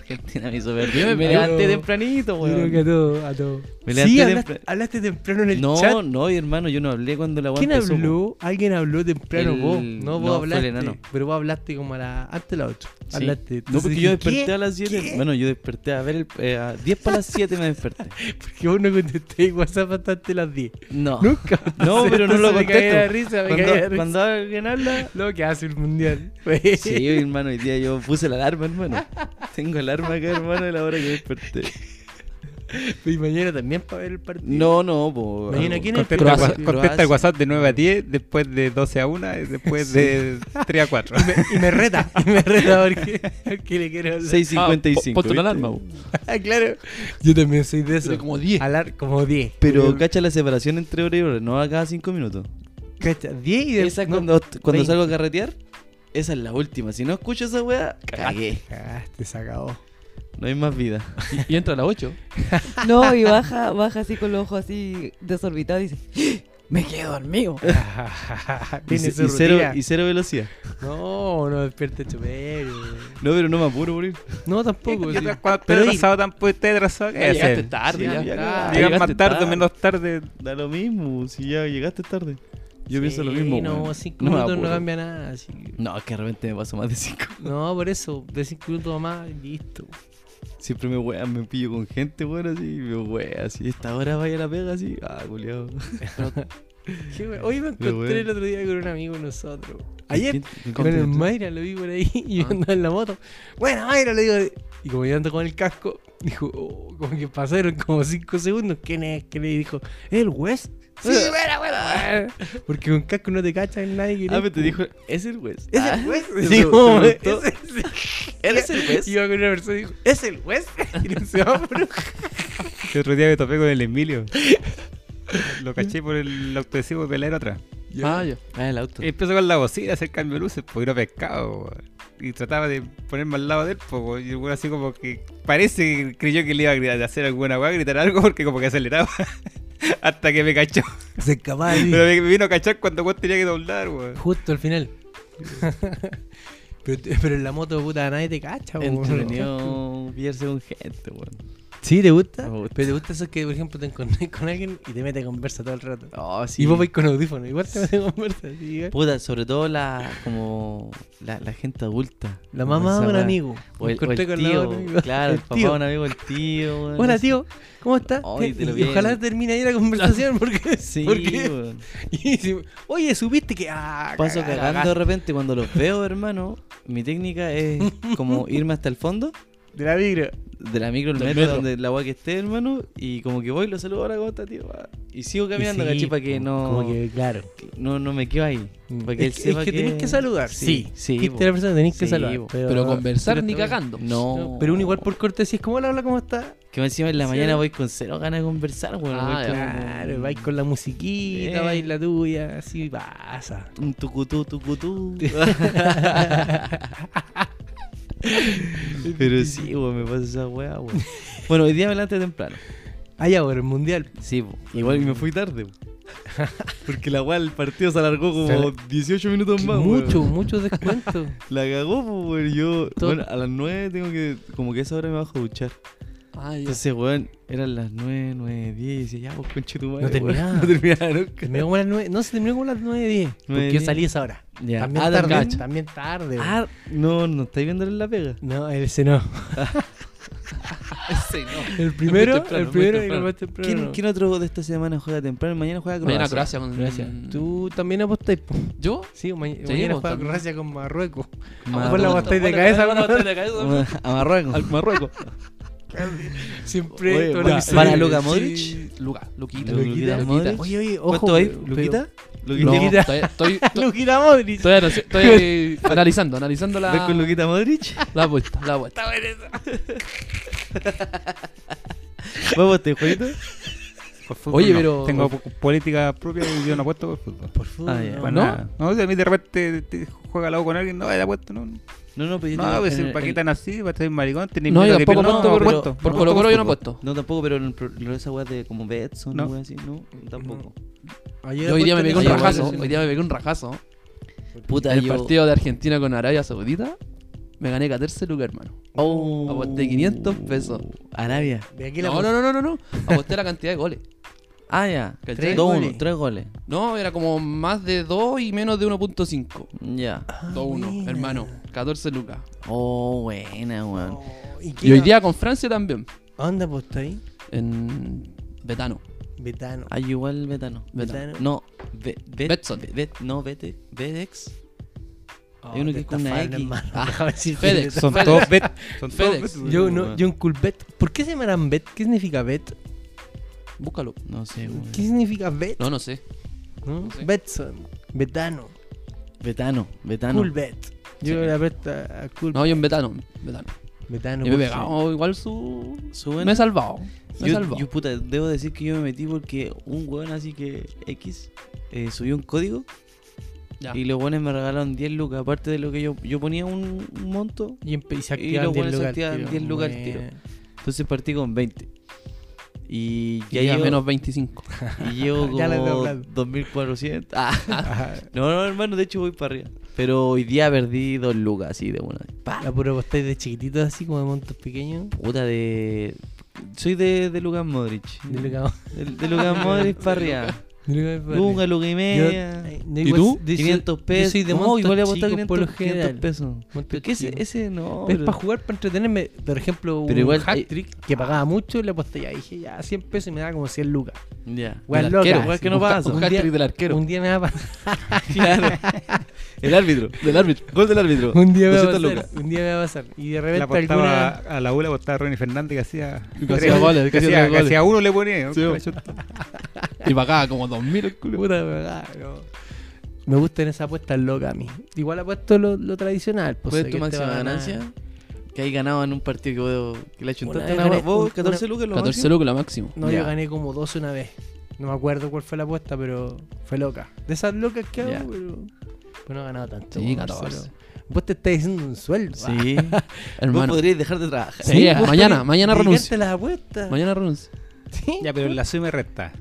Argentina me hizo perder. Me, Yo- levanté tempranito, Yo creo que a weón. todo, a todo. Me sí, levanté hablaste, tempra- hablaste temprano en el No, chat. no, hermano, yo no hablé cuando la weá ¿Quién empezó, habló? Alguien habló temprano El- vos. No, vos no, fue el hablaste. enano. Pero vos hablaste como a la, antes de las 8. po. Sí. Hablaste. No, Entonces porque yo dije, desperté ¿qué? a las 7. Bueno, yo desperté a ver el. eh, a 10 para las 7 me desperté. Porque vos no contesté WhatsApp hasta antes de las 10. No. Nunca. No, pero no lo Entonces me cagué de contesto. risa, me cagué de risa. Cuando, cuando alguien habla. Lo que hace el mundial. Sí, hermano, hoy día yo puse la alarma, hermano. Tengo alarma acá, hermano, de la hora que desperté. Y mañana también para ver el partido. No, no, po. Imagina algo. quién es Contesta, el Croacia- wa- contesta el Croacia. WhatsApp de 9 a 10, después de 12 a 1, y después de 3 a 4. Y me reta. y me reta porque, porque le quiero hablar. 6.55. Ah, po- ponte una ¿viste? alarma, po. Ah, claro. Yo también soy de Pero eso. como 10. Alar como 10. Pero cacha la separación entre hora y hora, no a cada 5 minutos. cacha, 10 y de- Esa no, cuando, cuando 20. salgo a carretear, esa es la última. Si no escucho esa weá, cagué. Ah, te se acabó. No hay más vida. Y, y entra a las 8. No, y baja, baja así con los ojos así desorbitados y dice, "¡Ah! me quedé dormido. Y, Tiene ce- su y cero, rutina. y cero velocidad. No, no despierte hecho verga, güey. No, pero no me apuro por ir. No, tampoco. sí. Pero Pero atrasado tampoco esté atrasado. ¿qué Llegaste hacer? tarde Sí, ya. ya Ah, llegaste. Llegas llegaste más tarde, tarde. menos tarde. Da lo mismo, si ya llegaste tarde. Sí, Yo pienso lo mismo. No, weón. 5 No me minutos no apuro. cambia nada. así que- No, es que de repente me paso más de 5. No, por eso. De 5 minutos más, y listo. Siempre me wean, me pillo con gente, weón, así. y Me wea, así. Esta hora vaya a la pega, así. Ah, culiado. Qué güey. Hoy me Pero, encontré el güey. otro día con un amigo de nosotros. Ayer, con Bueno, el Mayra lo vi por ahí y yo Ah. andaba en la moto. Bueno, Mayra, le digo. Y como yo ando con el casco, dijo, oh, como que pasaron como 5 segundos. ¿Quién es? ¿Quién le dijo? ¿El Wes? Sí, bueno, Ah. bueno. bueno. Porque con casco no te cachas en nadie. Ah, pero te dijo, es el Wes. ¿Es Ah, el Wes? te Sí, preguntó, como, te "¿Es preguntó, el- ¿Él es el Wes? Iba con una persona y dijo, ¿es el Wes? Y no se va por El otro día me topé con el Emilio. Lo caché por el autodesivo que le era atrás. Ah, ya. Ah, el auto. Empezó con la bocina, hacer cambio de luces, pues era pescado. weón. Y trataba de ponerme al lado de él, pues, weón. y el weón así como que parece que creyó que le iba a gritar- hacer alguna weá, gritar algo, porque como que aceleraba. Hasta que me cachó. Se escapaba de mí. Pero me me vino a cachar cuando weón tenía que doblar, weón. Justo al final. pero, pero en la moto, puta, nadie te cacha, po, weón. Entretenido pillarse con gente, weón. ¿Sí? ¿Te gusta? Me gusta. Pero te gusta eso que, por ejemplo, te encontrás con alguien y te mete conversa todo el rato. Oh, sí. Y vos vais con audífonos, igual te mete conversa. sí, igual. Puta, sobre todo la, como, la, la gente adulta. La Como mamá esa de un weá. amigo. O el, o el Encontré con la tío, otra, amigo. claro, el, El papá tío. de un amigo, el tío. weón. Hola, tío. ¿Cómo estás? Ay, te lo y ojalá bien. termine ahí la conversación porque... Sí, porque weón. y si- Oye, supiste que... Ah, Paso cagá, cagando de repente cuando los veo, hermano. Mi técnica es como irme hasta el fondo De la micro. de la micro, el Del metro, metro. donde la agua que esté, hermano. Y como que voy, lo saludo ahora, ¿cómo está, tío? Ah, Y sigo caminando, Y sí, caché, para que po, no, Como que, claro. no, no me quedo ahí. Para que él es, que- sepa es que tenés que saludar, sí. sí. Quiste po. a la persona, tenés que Sí, saludar. po. Pero conversar pero ni está bien. cagando. No. Pero uno igual por cortesía es como hola, hola, ¿cómo está? Que me encima en la Sí. mañana voy con cero ganas de conversar, weón. Ah, voy ya. como- Claro, vais con la musiquita, Eh. vais la tuya, así pasa. Un tucutú, tucutú. Pero sí, weón, me pasa esa weá, weón. Bueno, hoy día me levanté temprano. Allá por el mundial. Sí, po. igual me fui tarde. po. Porque la weá, el partido se alargó como 18 minutos más, weón. Mucho, mucho descuento. La cagó, po, weón. Yo, Todo- bueno, a las 9 tengo que, como que a esa hora me bajo a duchar. Ah, ya. Entonces, weón, eran las 9, 9, 10. Y decía, ya, vos, conche tu madre. No terminaba. weón. No terminaba nunca. Terminó como a las nueve- no, se terminó como a las 9 10. Porque Nueve, yo diez. salí a esa hora. Ya. También Ah, tarde. también. También tarde. Ah, no, no estáis viendo en la pega. No, ese no. Sí, no. El primero, temprano, el muy primero y el temprano. más temprano. ¿Quién, no. quién otro de esta semana juega temprano? Mañana juega Croacia. Mañana Croacia con Gracias. Tú también apostáis. po. ¿Yo? Sí, ma- mañana, vos juega también. Croacia con Marruecos. Ma- Vos la ma- apostáis de Vos la- cabeza, vos la ¿no? apostáis de cabeza. ma- a Marruecos. Al Marruecos. Siempre. Oye, todos para- los para episodios. Luka Modric. Sí. Luca, Luquita. Luquita, Modric. Oye, oye, ojo. ¿Cuánto hay? pero- ¿Luquita? No, ¿Luquita? Luquita. estoy, estoy, estoy, Luquita Modric. estoy anunci- estoy analizando, analizando ¿Ves con la, Luquita Modric? la vuelta, la vuelta. Vamos a este jueguito. Por fútbol Oye, no. pero- Tengo po- política propia y yo no apuesto por fútbol. Por favor. Ah, ya. Para ¿No? nada. No, si a mí de repente te- juega al lado con alguien, no, ya apuesto, no. No, no, pero yo No, tengo- pues en si el- para qué en- tan así, para estar maricón, tenéis No, yo miedo de tampoco perder. apuesto por- apuesto. por No, Colo Colo yo no fútbol. apuesto. No, tampoco, pero en el pro- lo de esa weá de como Betson, No. no. así, no, tampoco. Ayer Yo hoy día me pegué apuesto un que- Ayer rajazo, apuesto. hoy día me pegué un rajazo. Puta, En el yo... partido de Argentina con Arabia Saudita, me gané 14 lucas, hermano. Oh. Aposté 500 pesos. Arabia. De aquí la No, no, no, no, no, no. Aposté la cantidad de goles. Ah, ya. ¿Cachai? Tres Dos, goles. uno. Tres goles. No, era como más de 2 y menos de 1.5. Ya. 2-1, hermano. 14 lucas. Oh, buena, weón. ¿Y, qué Oh, Y hoy era? día con Francia también. ¿Dónde apostó ahí? En Betano. Betano. Hay Ah, igual Betano. Betano. No, Be- Bet- Betson. Bet- no, Bete- Bedex. Oh, hay uno te que es con una estafaron, X. hermano. Ah, Déjame decirte que FedEx. te Son Fedex. todos bet. Son todos Fedex. bet. Yo, no, yo un cool bet. ¿Por qué se llamarán bet? ¿Qué significa bet? Búscalo. No sé, weón. ¿Qué significa bet? No, no sé. ¿No? sé. Betson, Betano, Betano, Betano. Cool Bet. Yo Sí. le apreto a Cool No, yo en Betano. Betano. Betano. Y me he por pegado igual su. Suben. Me he salvado. Me he yo, salvado. yo, puta, debo decir que yo me metí porque un weón así que X eh, subió un código Ya. y los weones me regalaron 10 lucas. Aparte de lo que yo, yo ponía un, un monto, Y, empe- y se Y activan los 10 buenos se lugares. activan 10 lucas al tiro. entonces partí con 20. Y Y ya ya llevo, menos 25. y llevo Ya le he como doblado. 2400. Ah, no, no, hermano, de hecho voy para arriba. Pero hoy día perdí 2 lucas así de una. vez. Pa, La pura apostáis de chiquititos así como de montos pequeños. puta de. Soy de, de Lucas Modric. De lucas. De, de Lucas Modric para de arriba. lucas para arriba. Lucas, lucas y Yo- media. de ¿Y igual- tú? de- 500 pesos. Yo soy de no, montos igual he apostado chicos, por lo 500, 500 general. pesos. Montos Pero que ese, chicos. ese no. Es pero- para jugar, para entretenerme. Por ejemplo, Pero un igual eh, hay- hat trick que pagaba mucho y le aposté ya. Dije ya 100 pesos y me daba como 100 lucas. Ya. Weas Del locas. arquero, weas que no pasan. Un Un hat-trick día- del arquero. Un día me va a pasar. Claro. El árbitro. Del árbitro. Gol del árbitro. Un día me va a 200 pasar. Un día me va a pasar. Y de La repente apostaba alguna. a la U, la apostaba Ronnie Fernández que hacía. Que hacía goles, que que hacía hacía- tres que goles. hacía uno le ponía. Sí, Cacho. Y pagaba como 2000 el culo. Puta, weá, no. Me gustan esas apuestas locas a mí. Igual apuesto lo, lo tradicional. Pues, ¿Cuál sé es tu que te va máxima a ganar. ganancia? Que hay ganado en un partido que, vos- que la Una chuntaste. vez Una, gané vos, un- 14 lucas lo 14 lucas la máximo. No, Ya. yo gané como 12 una vez. No me acuerdo cuál fue la apuesta, pero fue loca. De esas locas que hago, Ya. pero. Pues no he ganado tanto. Sí, weón, 14. Marcelo. Vos te estás diciendo un sueldo. ah. Sí. Vos Hermano. podrías dejar de trabajar. Sí, vos mañana, podés mañana dedicarte renuncio. a las apuestas. Mañana renuncio. Sí. Ya, pero en la suma y resta.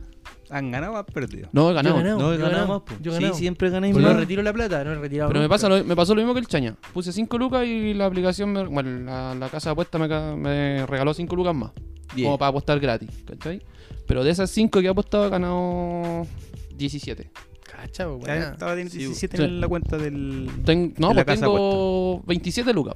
¿Han ganado o han perdido? No, he ganado. Yo he ganado. No, he yo ganado ganado, más. po. yo he ganado. Sí, siempre ganáis Pues no más. retiro la plata, no he retirado. Pero me, nunca. pasa lo, me pasó lo mismo que el Chaña. Puse 5 lucas y la aplicación, me- bueno, la, la casa de apuestas me, ca- me regaló 5 lucas más. Diez. Como para apostar gratis, ¿cachai? Pero de esas 5 que he apostado he ganado 17. Cacha, po, Ya weá. Estaba en Sí, 17 sí. en la cuenta del. Ten- no, De la pues casa tengo 27 lucas.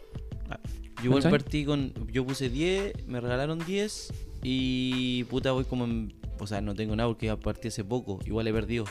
Yo igual ¿Cachai? partí con. Yo puse 10, me regalaron 10 y puta voy como en. O sea, no tengo nada porque partí hace poco, igual he perdido.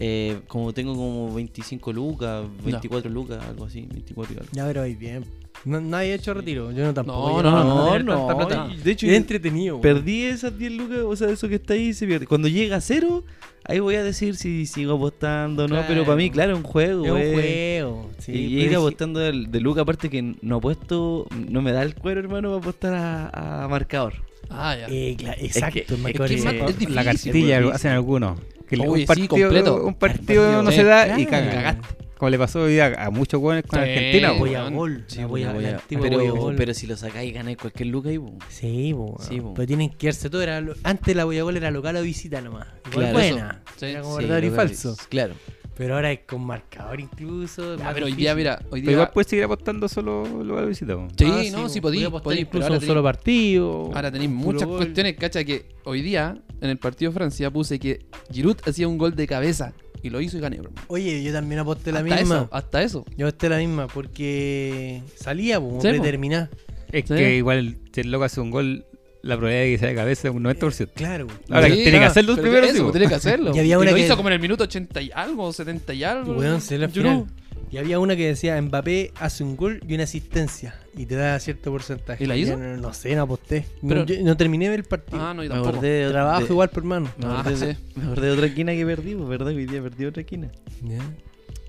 Eh, como tengo como 25 lucas, 24 lucas, algo así, 24 y algo. Ya, pero ahí bien. No, nadie ha hecho retiro, yo no tampoco. yo No, no, no, tener no, tanta plata. y de hecho- es entretenido. weón. Perdí esas 10 lucas, o sea, eso que está ahí se pierde. Cuando llega a cero, ahí voy a decir si sigo apostando o no, pero para mí, claro, es un juego, pues, Es un güey. juego. Sí, y pero ir sí- apostando de, de lucas, aparte que no apuesto, no me da el cuero, hermano, para apostar a, a marcador. Ah, ya. Eh, cla- exacto, me es que es acordé. más- es eh, la difícil, cartilla difícil. hacen algunos. Que le- Oye, sí, un partido, completo. un partido no Sí, se da y claro. cagan. Como le pasó hoy día a muchos jóvenes con Sí. Argentina. po. Voy a weón. pues, gol. la voy a- la antigua pues, pero, voy a gol. pero si lo sacáis, ganáis cualquier luca ahí, pues. po. Sí, po, weón. Sí, pues. po. pero tienen que irse todo. Era lo- Antes la Boyagol era local o visita nomás. Igual Claro, buena. eso. Sí, era como Sí, verdadero y lo que- falso. Claro. Pero ahora es con marcador incluso. es Ya, más Ah, pero hoy difícil. día, mira, hoy Pero igual día. puedes seguir apostando solo lo de visita. po. Sí, Ah, no, po, pues. podía sí podí, apostar podí, pero incluso ahora un tenéis- solo partido. Ahora tenéis puro muchas gol. cuestiones, cacha, que hoy día en el partido de Francia puse que Giroud hacía un gol de cabeza y lo hizo y gané, hermano. Oye, yo también aposté la Hasta misma. eso, hasta eso. Yo aposté la misma porque salía, po, Sí, po. predeterminada. Es Sí. que igual, si el loco hace un gol, la probabilidad de que sea de cabeza es un 90%. Claro. po. Ahora, Sí, que tiene que ah, hacerlo pero primero, eso, sí, po. tiene que hacerlo. Y había una lo que- hizo como en el minuto 80 y algo, 70 y algo. Weón, se la Giroud. final. Y había una que decía Mbappé hace un gol y una asistencia y te da cierto porcentaje. ¿Y la hizo? Ya No, no sé, no aposté. Pero- no, yo- no terminé de ver el partido. Ah, no, yo Me tampoco. acordé de Trabajo de- igual, por hermano. Me Ah, acordé, de, sí. me acordé de otra esquina que perdí, po, ¿verdad? Hoy día perdí otra esquina.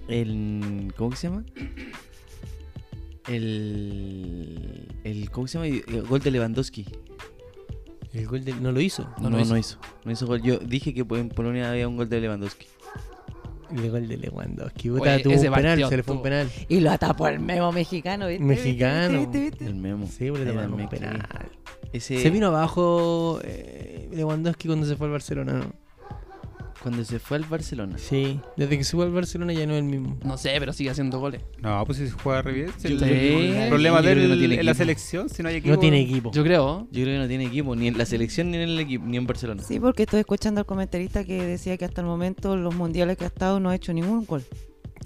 El. ¿Cómo que se llama? El. el ¿Cómo que se llama? El gol de Lewandowski. El gol de- no lo hizo. No lo hizo. no hizo. No hizo gol. Yo dije que en Polonia había un gol de Lewandowski. El gol de Lewandowski. Puta, Oye, tuvo ese un penal, partido se le fue un tuvo- penal. Y lo atapó el memo mexicano, ¿viste? Mexicano. ¿Viste, viste, El viste? memo. Sí, porque le Ahí tomaron me un quedé. penal. Ese. Se vino abajo eh, Lewandowski cuando se fue al Barcelona, ¿no? Cuando se fue al Barcelona. Sí. Desde que subo al Barcelona ya no es el mismo. No sé, pero sigue haciendo goles. No, pues si se juega re bien. si el, Yo- el problema yo de creo que él no tiene en la equipo. selección, si no hay equipo. No tiene equipo. Yo creo. Yo creo que no tiene equipo, ni en la selección, ni en el equipo, ni en Barcelona. Sí, porque estoy escuchando al comentarista que decía que hasta el momento los mundiales que ha estado no ha hecho ningún gol.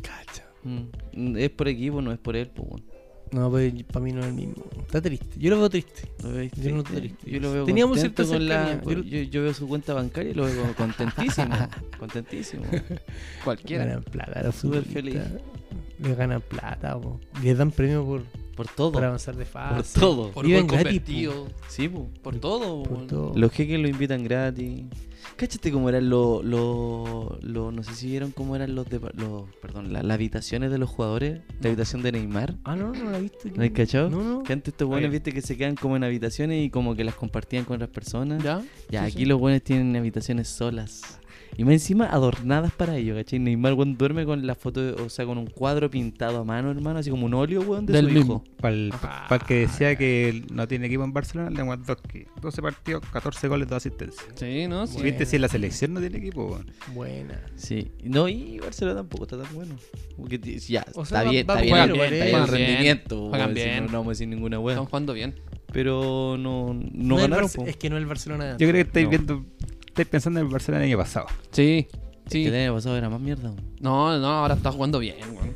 Cacha. Mm. Es por equipo, no es por él, pues, bueno. No, pues para mí no es el mismo. Está triste. Yo lo veo triste. Lo veo Yo no triste. triste. Yo lo veo Teníamos contento cierta con la... cercanía. Yo, Yo- yo veo su cuenta bancaria y lo veo contentísimo. contentísimo. Cualquiera. Ganan plata, los Súper futbolistas. Les ganan plata, po. les dan premio por, Por todo. por avanzar de Por fase. todo. Por Viven gol gratis, convertido. Sí, pues. Por todo. por weón. todo. Los jeques lo invitan gratis. Cáchate cómo eran los. los- los- no sé si vieron cómo eran los. depa- los perdón, la- las habitaciones de los jugadores. La habitación de Neymar. Ah, no, no la he visto. ¿No hay cachado? No, no. Que antes estos buenos, Oye. viste, que se quedan como en habitaciones y como que las compartían con otras personas. Ya, ¿Ya? sí, aquí los buenos tienen habitaciones solas. Y más encima adornadas para ellos, ¿cachai? Neymar, weón, duerme con la foto, de- o sea, con un cuadro pintado a mano, hermano, así como un óleo, weón, de Del su mismo. hijo. Para el, que decía que él no tiene equipo en Barcelona, Lewandowski. 12 partidos, 14 goles, 2 asistencias. Sí, ¿no? Sí. Bueno. ¿Viste si en la selección no tiene equipo? weón. Buena. Sí. No, y Barcelona tampoco está tan bueno. Porque t- ya, O sea, está va- bien, va está bien, jugar, el- parece. está bien el Juegan bien, rendimiento, weón, juegan si no, bien. no vamos a decir ninguna weón. Están jugando bien. Pero no, no, es el ganaron. Barce- po. Es que no es el Barcelona. de Yo antes. creo que estáis No. viendo, estáis pensando en el Barcelona el año pasado. Sí. Que Sí. el año pasado era más mierda. weón. No, no, ahora está jugando bien, weón.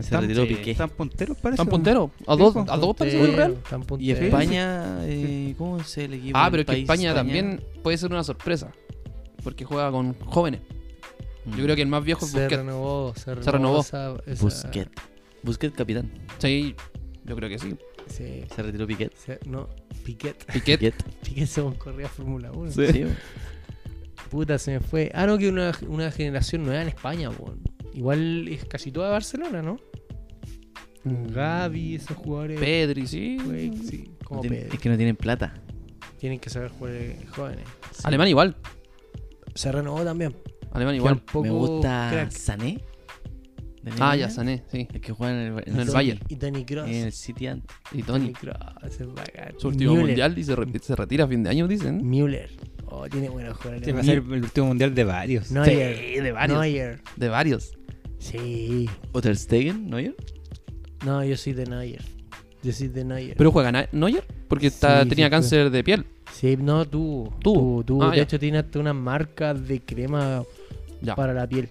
Se retiró sí, Piqué. Están punteros, parece. Están weón. punteros. A dos, pues, Pico. a dos parece Puntero, el Real. tan Y puntero. España, eh, ¿cómo es el equipo? Ah, del pero es que país? España, también puede ser una sorpresa. Porque juega con jóvenes. Mm. Yo creo que el más viejo es Se Busquets. renovó, se renovó. renovó. esa- esa- Busquets. eh, Busquets capitán. Sí, yo creo que sí. Sí. Se retiró Piquet. Se- no, Piquet. Piquet. Piquet. Piquet se corría a Fórmula 1. Sí, weón. Puta, se me fue. Ah, no, que una, una generación nueva en España, weón. Igual es casi toda Barcelona, ¿no? Mm. Gaby, esos jugadores. Pedri, sí. güey, sí, No como tienen- Pedri. es que no tienen plata. Tienen que saber jugar eh, jóvenes. Alemán igual. Se renovó también. Alemán igual. Tampoco Me gusta crack. Sané. de Ah, Alemania, ya sané, sí. El que juega en el, En el Toni- Bayern. Y Tony Cross. En el City antes. Y Tony Toni. Cross es bacán. Su último Müller, mundial y se, re- se retira a fin de año, dicen. Müller. Oh, tiene buenos jugadores. Sí, va a ser el último mundial de varios. Neuer. Sí, de varios. Neuer. De varios. Sí. ¿O Ter Stegen, Neuer? No, yo soy de Neuer. Yo soy de Neuer. Pero juega Na- Neuer porque está, Sí, tenía sí, cáncer de piel. Sí, no, tuvo. Tuvo. Tuvo. tuvo. Ah, de ya. hecho, tiene hasta una marca de crema Ya. para la piel.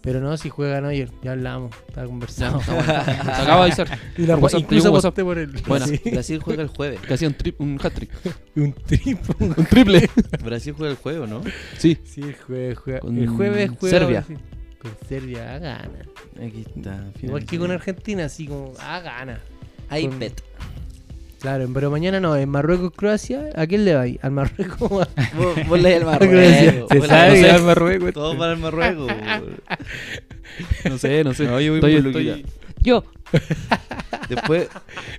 Pero no, si juega Neuer, ya hablamos, estaba Ya, conversando. está bueno. Se acaba de avisar Y la, WhatsApp, incluso llegó WhatsApp. aposté por él. Buena. Sí. Brasil juega el jueves. que hacía un, tri- un hat-trick. Un triple. Un triple. Brasil juega el jueves, ¿no? Sí. Sí, el jueves juega. Con el jueves juega. Serbia. Brasil. Con Serbia, ah, gana. Aquí está. Igual que con Argentina, así como, ah, gana. Hay con- bet. Claro, pero mañana no, en Marruecos, Croacia, ¿a quién le va ahí? Al Marruecos. o a- Vos vos lees el Croacia. Marruecos. Se vos sabe lees- que no sé, va a Marruecos. Todo para el Marruecos. weón. No sé, no sé. No, yo voy Estoy- por Luquita. estoy- Yo. Después,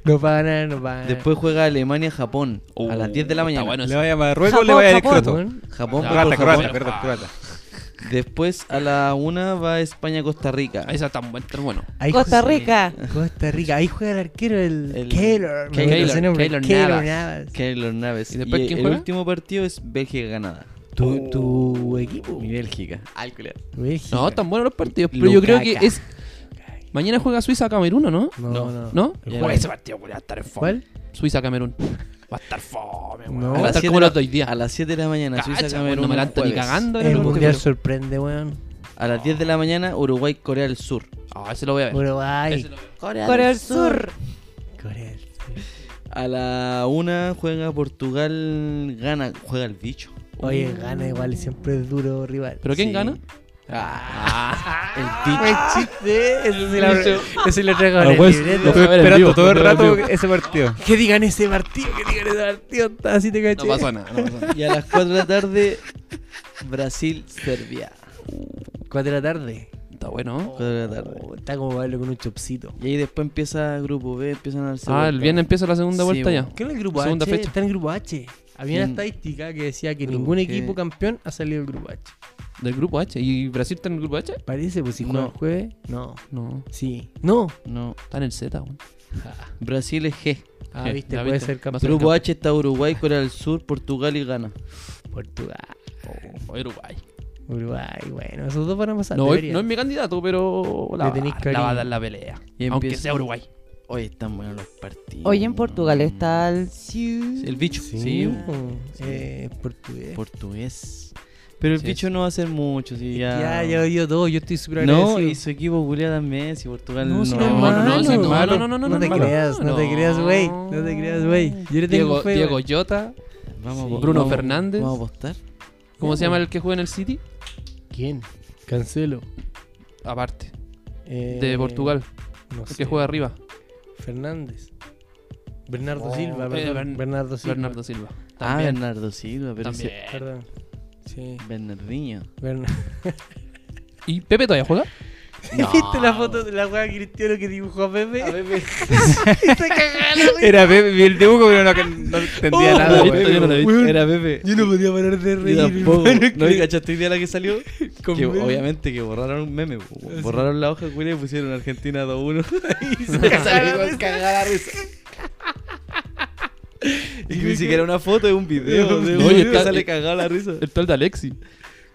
No va a ganar, no va a ganar. después juega Alemania-Japón. a las 10 de la Oh, está mañana. bueno ¿Le ese. vaya a Marruecos o le Japón, vaya a Japón. Croto? Bueno, Japón Ya. va con Croata, Japón. croata, perdón, croata. Después a la 1 va España-Costa Rica. Ahí está tan buen, tan bueno. ahí Costa José- Rica. Costa Rica, ahí juega el arquero el, El- Keylor. me Keylor, gusta ese nombre, Keylor Navas. Navas. Keylor Naves. ¿Y después quién el juega? último partido es Bélgica-Canadá. Tu, tu equipo. Mi Bélgica. Al Bélgica. No, tan buenos los partidos. Pero yo creo Lukaku. que es. Mañana juega Suiza-Camerún, ¿o no? No, No, no. ¿No? El Ya Juega no. ese partido, güey, va a estar en fome. ¿Cuál? Suiza-Camerún. Va a estar fome, güey. No. Va a A estar como los dos días. A las 7 de la mañana, Cacha, Suiza güey, Camerún. no me la el ando ni jueves. cagando. era El lo que mundial creo. sorprende, weón. A las 10 de la mañana, Uruguay, Corea del Sur. Ah, ese lo voy a ver. Uruguay. Ese lo- Corea, Corea del Sur. Corea del Sur. A la 1 juega Portugal, gana, juega el bicho. Oye, gana igual, siempre es duro rival. ¿Pero quién Sí. gana? El bicho. chiste! Ah, Ese se lo- ese lo traigo en Al el West, libreto. lo fue a Estuve ver en vivo, esperando todo lo el fue a ver en rato ese partido. Que digan ese partido, que digan ese partido. está Así te No caché. pasa nada, no pasa nada. Y a las 4 de la tarde, Brasil-Serbia. Cuatro de la tarde. Está bueno. 4 de la tarde. Oh, está como verlo con un chopsito. Y ahí después empieza Grupo B, empiezan a darse Ah, el vuelta. viernes empieza la segunda Sí, vuelta bueno. ya. ¿Qué en el grupo Segunda H? fecha. Está en el grupo H. Había una ¿Quién? estadística que decía que Grupo ningún G. equipo campeón ha salido del grupo H. Del grupo H. ¿Y Brasil está en el grupo H? Parece, pues si No. juega el jueves. No. No. Sí. No. No, Está en el Z, güey. Brasil es G. Ah, Ya, viste, ya puede viste. ser campeón. Grupo H está Uruguay, Corea del Sur, Portugal y Ghana. Portugal. Uruguay. Uruguay, bueno, esos dos van a pasar. No, deberían. no es mi candidato, pero la, Le tenés la va cariño. a dar la pelea. Y Aunque empieza- sea Uruguay. Hoy están buenos los partidos. Hoy en Portugal está el... Sí, El bicho. Sí, eh, portugués. Portugués. Pero el Sí, bicho no va a hacer mucho. Si Ya, ya... ya oído todo, yo estoy súper no, agradecido. y su equipo Julián también. Si Portugal No, no. si no es malo, si no es malo. No te no, no, creas, no te no. creas, güey. No te creas, güey. Yo le tengo Diego, fe. Diego güey. Llota. Vamos Sí. a Ah, apostar. Bruno Vamos- Fernández. Vamos a apostar. ¿Cómo se llama el que juega en el City? ¿Quién? Cancelo. Aparte, Eh, de Portugal. No El sé. que juega arriba. Fernández. Bernardo Oh. Silva, Eh, perdón. Bern- Bernardo Silva. Bernardo Eh. Silva. Ah, También. Bernardo Silva. Pero ese- también. Perdón. Sí. Bernardinho. Bernardo. ¿Y Pepe todavía juega? ¿Viste la foto de la weá Cristiano que dibujó a Pepe? A Pepe. se cagaron. Era Pepe, vi el dibujo, pero no, no entendía Oh, nada. Pepe, güey. yo no lo vi. weón. Era Pepe. Yo no podía parar de reír. Yo tampoco. hermano, es ¿No que- me cachaste idea la que salió? con Que Pepe. obviamente que borraron un meme. po. sí. Borraron la hoja, culia, y pusieron Argentina 2-1. Y se cagaron. Y ni siquiera una foto, es un video. No, de- oye, está- sale cagada la risa. El tal de Alexi.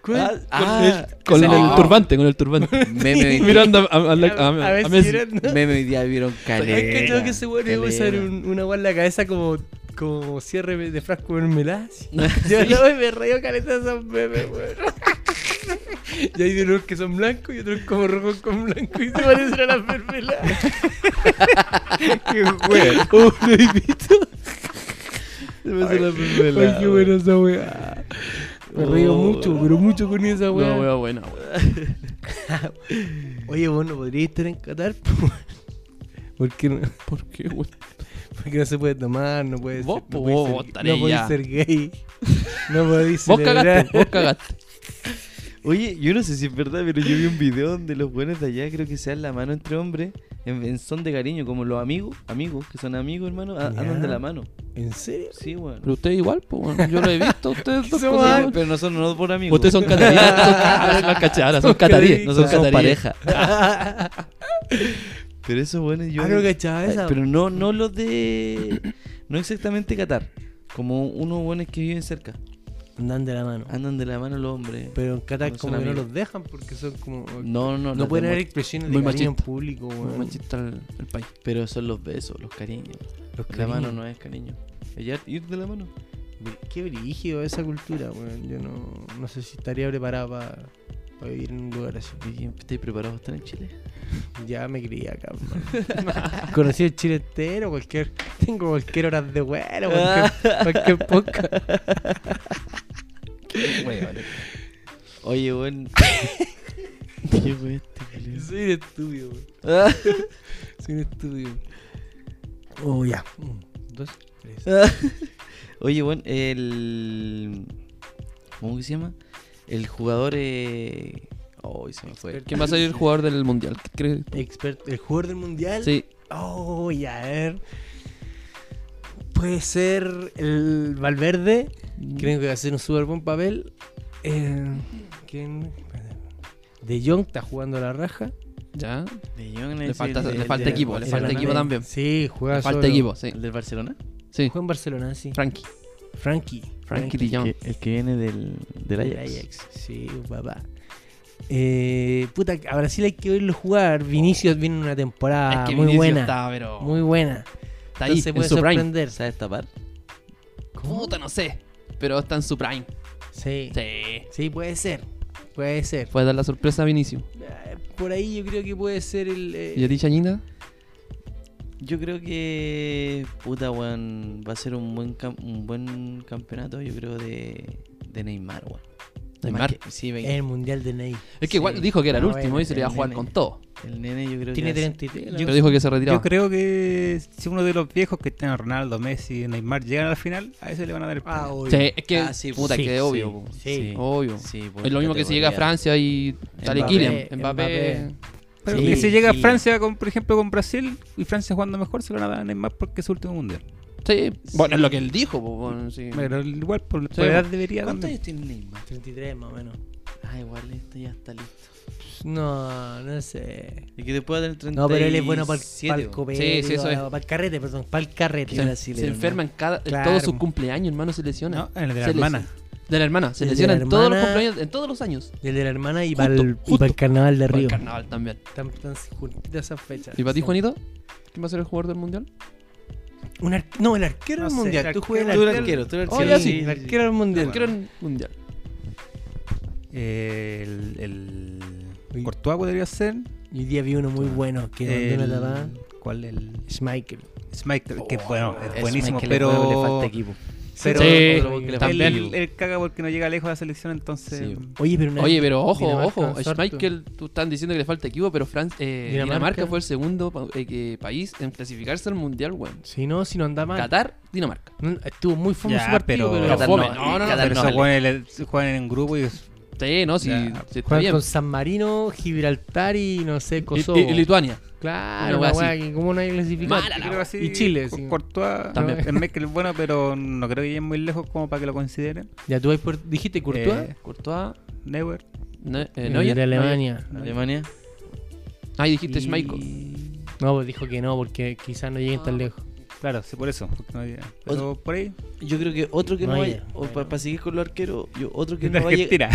¿Cuál? Ah, Con el, ese video. turbante, con el turbante. Meme de Mirando a, a- a- a- A ver a si Messi. eran. Meme hoy día vieron caleta. ¿Has cachado que ese weón iba a usar caleta. un- una guarda en la cabeza como, como cierre de frasco de mermelada? así? Yo no, y me reí caleta de esos memes, weón. Y hay de unos que son blancos y otros como rojos con blanco y se parecen a las mermeladas. Qué güey. Oh, lo he visto. Se me hace la Ay, primera, qué buena esa weá. Me río Oh. mucho, pero mucho con esa No, weá. wea, buena, wea. Oye, vos no podrías estar en Qatar. ¿Por qué no? ¿Por qué, wea? Porque no se puede tomar, no puede Vos, ser, po, no podéis vos, ser- vos estaré no podéis ya. ser gay. No podéis Vos celebrar. cagaste, vos cagaste. Oye, yo no sé si es verdad, pero yo vi un video donde los buenos de allá creo que se dan la mano entre hombres en, en son de cariño, como los amigos, amigos, que son amigos, hermano, a- Ya. andan de la mano. ¿En serio? Sí, weón. Pero ustedes igual, pues, bueno. Yo lo he visto, ustedes dos. Somos cosas al- igual. Pero nosotros no por amigos. Ustedes son cataríes. son- las cachadas, son cataríes. Nosotros somos cataríes. pareja. ah, Pero esos buenos yo... no cachaba Ay, esa. Pero no, no los de. No exactamente Qatar. Como unos buenos que viven cerca. Andan de la mano. Andan de la mano los hombres. Pero en Qatar Ah, No son como que no amigos. los dejan porque son como... No, No, no, los pueden de haber amor. expresiones de muy cariño en machista. público. Muy weón. machista el, el país. Pero son los besos, los cariños. Los La cariños. mano no es cariño. Ella ir de la mano. Qué brígido esa cultura, weón. Yo no, no sé si estaría preparado para vivir en un lugar así. ¿Y ¿Estáis preparados para estar en Chile? Ya me crié acá, hermano. Conocí el chile entero, cualquier... Tengo cualquier horas de güero, cualquier, cualquier podcast. Oye, weón. Qué weón este, culiao. Soy un estúpido, weón. Ah, Soy un estúpido. Oh, ya. Un, dos, tres. ah. Oye, weón, el. ¿Cómo que se llama? El jugador. Eh... Ay, se me fue. ¿Quién va a salir el jugador del mundial? ¿Qué crees? Expert, el jugador del mundial. Sí, Oh, ya, a ver. Puede ser el Valverde. Creo que va a hacer un súper buen papel. Eh, ¿Quién? De Jong está jugando a la raja. ya. De Jong Le es falta- el le del- falta del equipo, le falta Barcelona. equipo también. Sí, juega Falta solo. equipo, sí. ¿El del Barcelona? Sí, Juega en Barcelona, sí. Frankie. Frankie. Frankie de Jong. Que- el que viene del, del Del Ajax. Sí, papá. Eh, puta, a Brasil hay que verlo jugar. Vinicius viene una temporada Es que Ah, muy Vinicius buena. está, pero. Muy buena. está ahí, Entonces en puede su prime. sorprender. ¿Sabes tapar? Puta, no sé. Pero está en su prime. Sí. sí. Sí. puede ser. Puede ser. Puede dar la sorpresa a Vinicius. Eh, Por ahí yo creo que puede ser el. eh, ¿Y a ti, Chañita? Yo creo que puta weón va a ser un buen cam- un buen campeonato, yo creo de, de Neymar, weón. Neymar. Además que- sí, ve- el mundial de Ney. Es que igual dijo que era el Ah, último bueno, y se le iba a el jugar nene. con todo. el nene yo creo Tiene que va a ser- 33. Pero dijo que se retiraba. Yo creo que si uno de los viejos que tienen Ronaldo, Messi, Neymar llegan a la final, a ese le van a dar el Ah, premio. obvio. Sí, es que. Ah, sí, puta, sí, que sí, es obvio. po. Sí. Obvio. Sí, por Es lo mismo que si llega a categoría. Francia y sale Mbappé, Kylian. Mbappé. Mbappé. Pero Sí, que si llega a sí. Francia, con, por ejemplo, con Brasil, y Francia jugando mejor, se lo van a dar a Neymar porque es su último mundial. Sí. Bueno, es lo que él dijo. po, bueno, sí. Pero igual, por, por Sí, edad po. debería ¿Cuántos también. años tiene Neymar? 33 más o menos. Ah, igual este ya está listo. No, no sé. Y que después va a tener 37. No, pero él es bueno para el weón. copete. Sí, sí, eso es. Para el carrete, perdón. Para el carrete. Sí. se, brasileño, se enferma en cada, en Claro. todos sus cumpleaños, hermano, se lesiona. No, en el de Se la lesiona. hermana. De la hermana. Se El de lesiona la en todos los hermana. cumpleaños, en todos los años. Y el de la hermana y Justo, para el, y justo. para el carnaval de Para el Río. carnaval también. Están tan juntitas esas fechas. ¿Y para ti, Son- Juanito? ¿Quién va a ser el jugador del mundial? Un ar- No, el arquero No del sé, mundial. el Tú arquero- juegas tú el el arquero. tú eres Oh, ya Sí, sí. el arquero del mundial. El arquero en mundial. Eh, El, el Uy. Courtois podría ser. Y hoy día vi uno muy bueno que mandó una El- tapada. ¿Cuál? El Schmeichel. Smike, que bueno, es Oh, Es buenísimo, más que le- le pero. falta equipo. pero Sí, otro que le él, también. él- él caga porque no llega lejos de la selección, entonces. mm. Sí. Oye, pero una Oye, pero ojo, Dinamarca ojo. avanzó harto. Schmeichel, tú están diciendo que le falta equipo, pero Fran- eh, Dinamarca. Dinamarca. fue el segundo pa- eh, que- país en clasificarse al mundial, weón. Si no, si no anda mal. Qatar, Dinamarca. No, Estuvo muy famoso Ya, su partido, pero- pero. Qatar no, no, no, no, Qatar Pero no esos vale. juegan, juegan en grupo y es- Sí, no, sí, Ya. sí, está Juegan bien. con San Marino, Gibraltar y no sé, Y- Kosovo. Y, y Lituania. Claro, Una una wea wea que como no hay clasificado. Mala la creo wea. así, Y Chile, Cor- sí. Courtois También. es Michael es bueno, pero no creo que lleguen muy lejos como para que lo consideren. Ya tú ahí por- dijiste Courtois. Eh, Courtois, Neuer. Ne- eh, El Neuer. de Alemania. Alemania. Ahí dijiste y- Schmeichel. Ah. No, pues dijo que no, porque quizás no lleguen tan lejos. Claro, sí, por eso. porque no llega. Pero por ahí. Yo creo que otro que No no, hay- vaya. o bueno. para, seguir con los arqueros, yo otro que de no vaya. Argentina.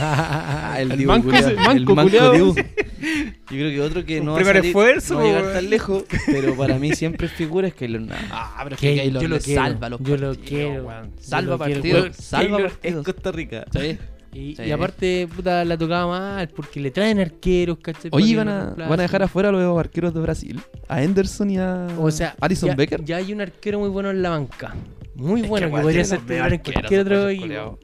Ah, el, El Dibu, manco culiao. ese, manco el manco culiao. Dibu. Yo creo que otro que Un no va, a primer salir- esfuerzo, no va a llegar weón. tan lejos, pero para mí siempre es figura es Keylor Navas. Ah, pero es Que que Keylor yo lo le quiero, salva los yo lo partidos, quiero. weón. Yo Salva lo quiero, partidos, weón. salva Keylor es partidos. Costa Rica. Sí. Y, Sí. y aparte, puta, la tocaba mal, porque le traen arqueros, ¿cachai? Para Oye, que van lo a, reemplacen. van a dejar afuera a los arqueros de Brasil. A Henderson y a O sea, Alison ya, Becker. ya hay un arquero muy bueno en la banca. Muy Es bueno, que, weón, podría tienen ser los titular en mejores cualquier otro arqueros, equipo. culiao.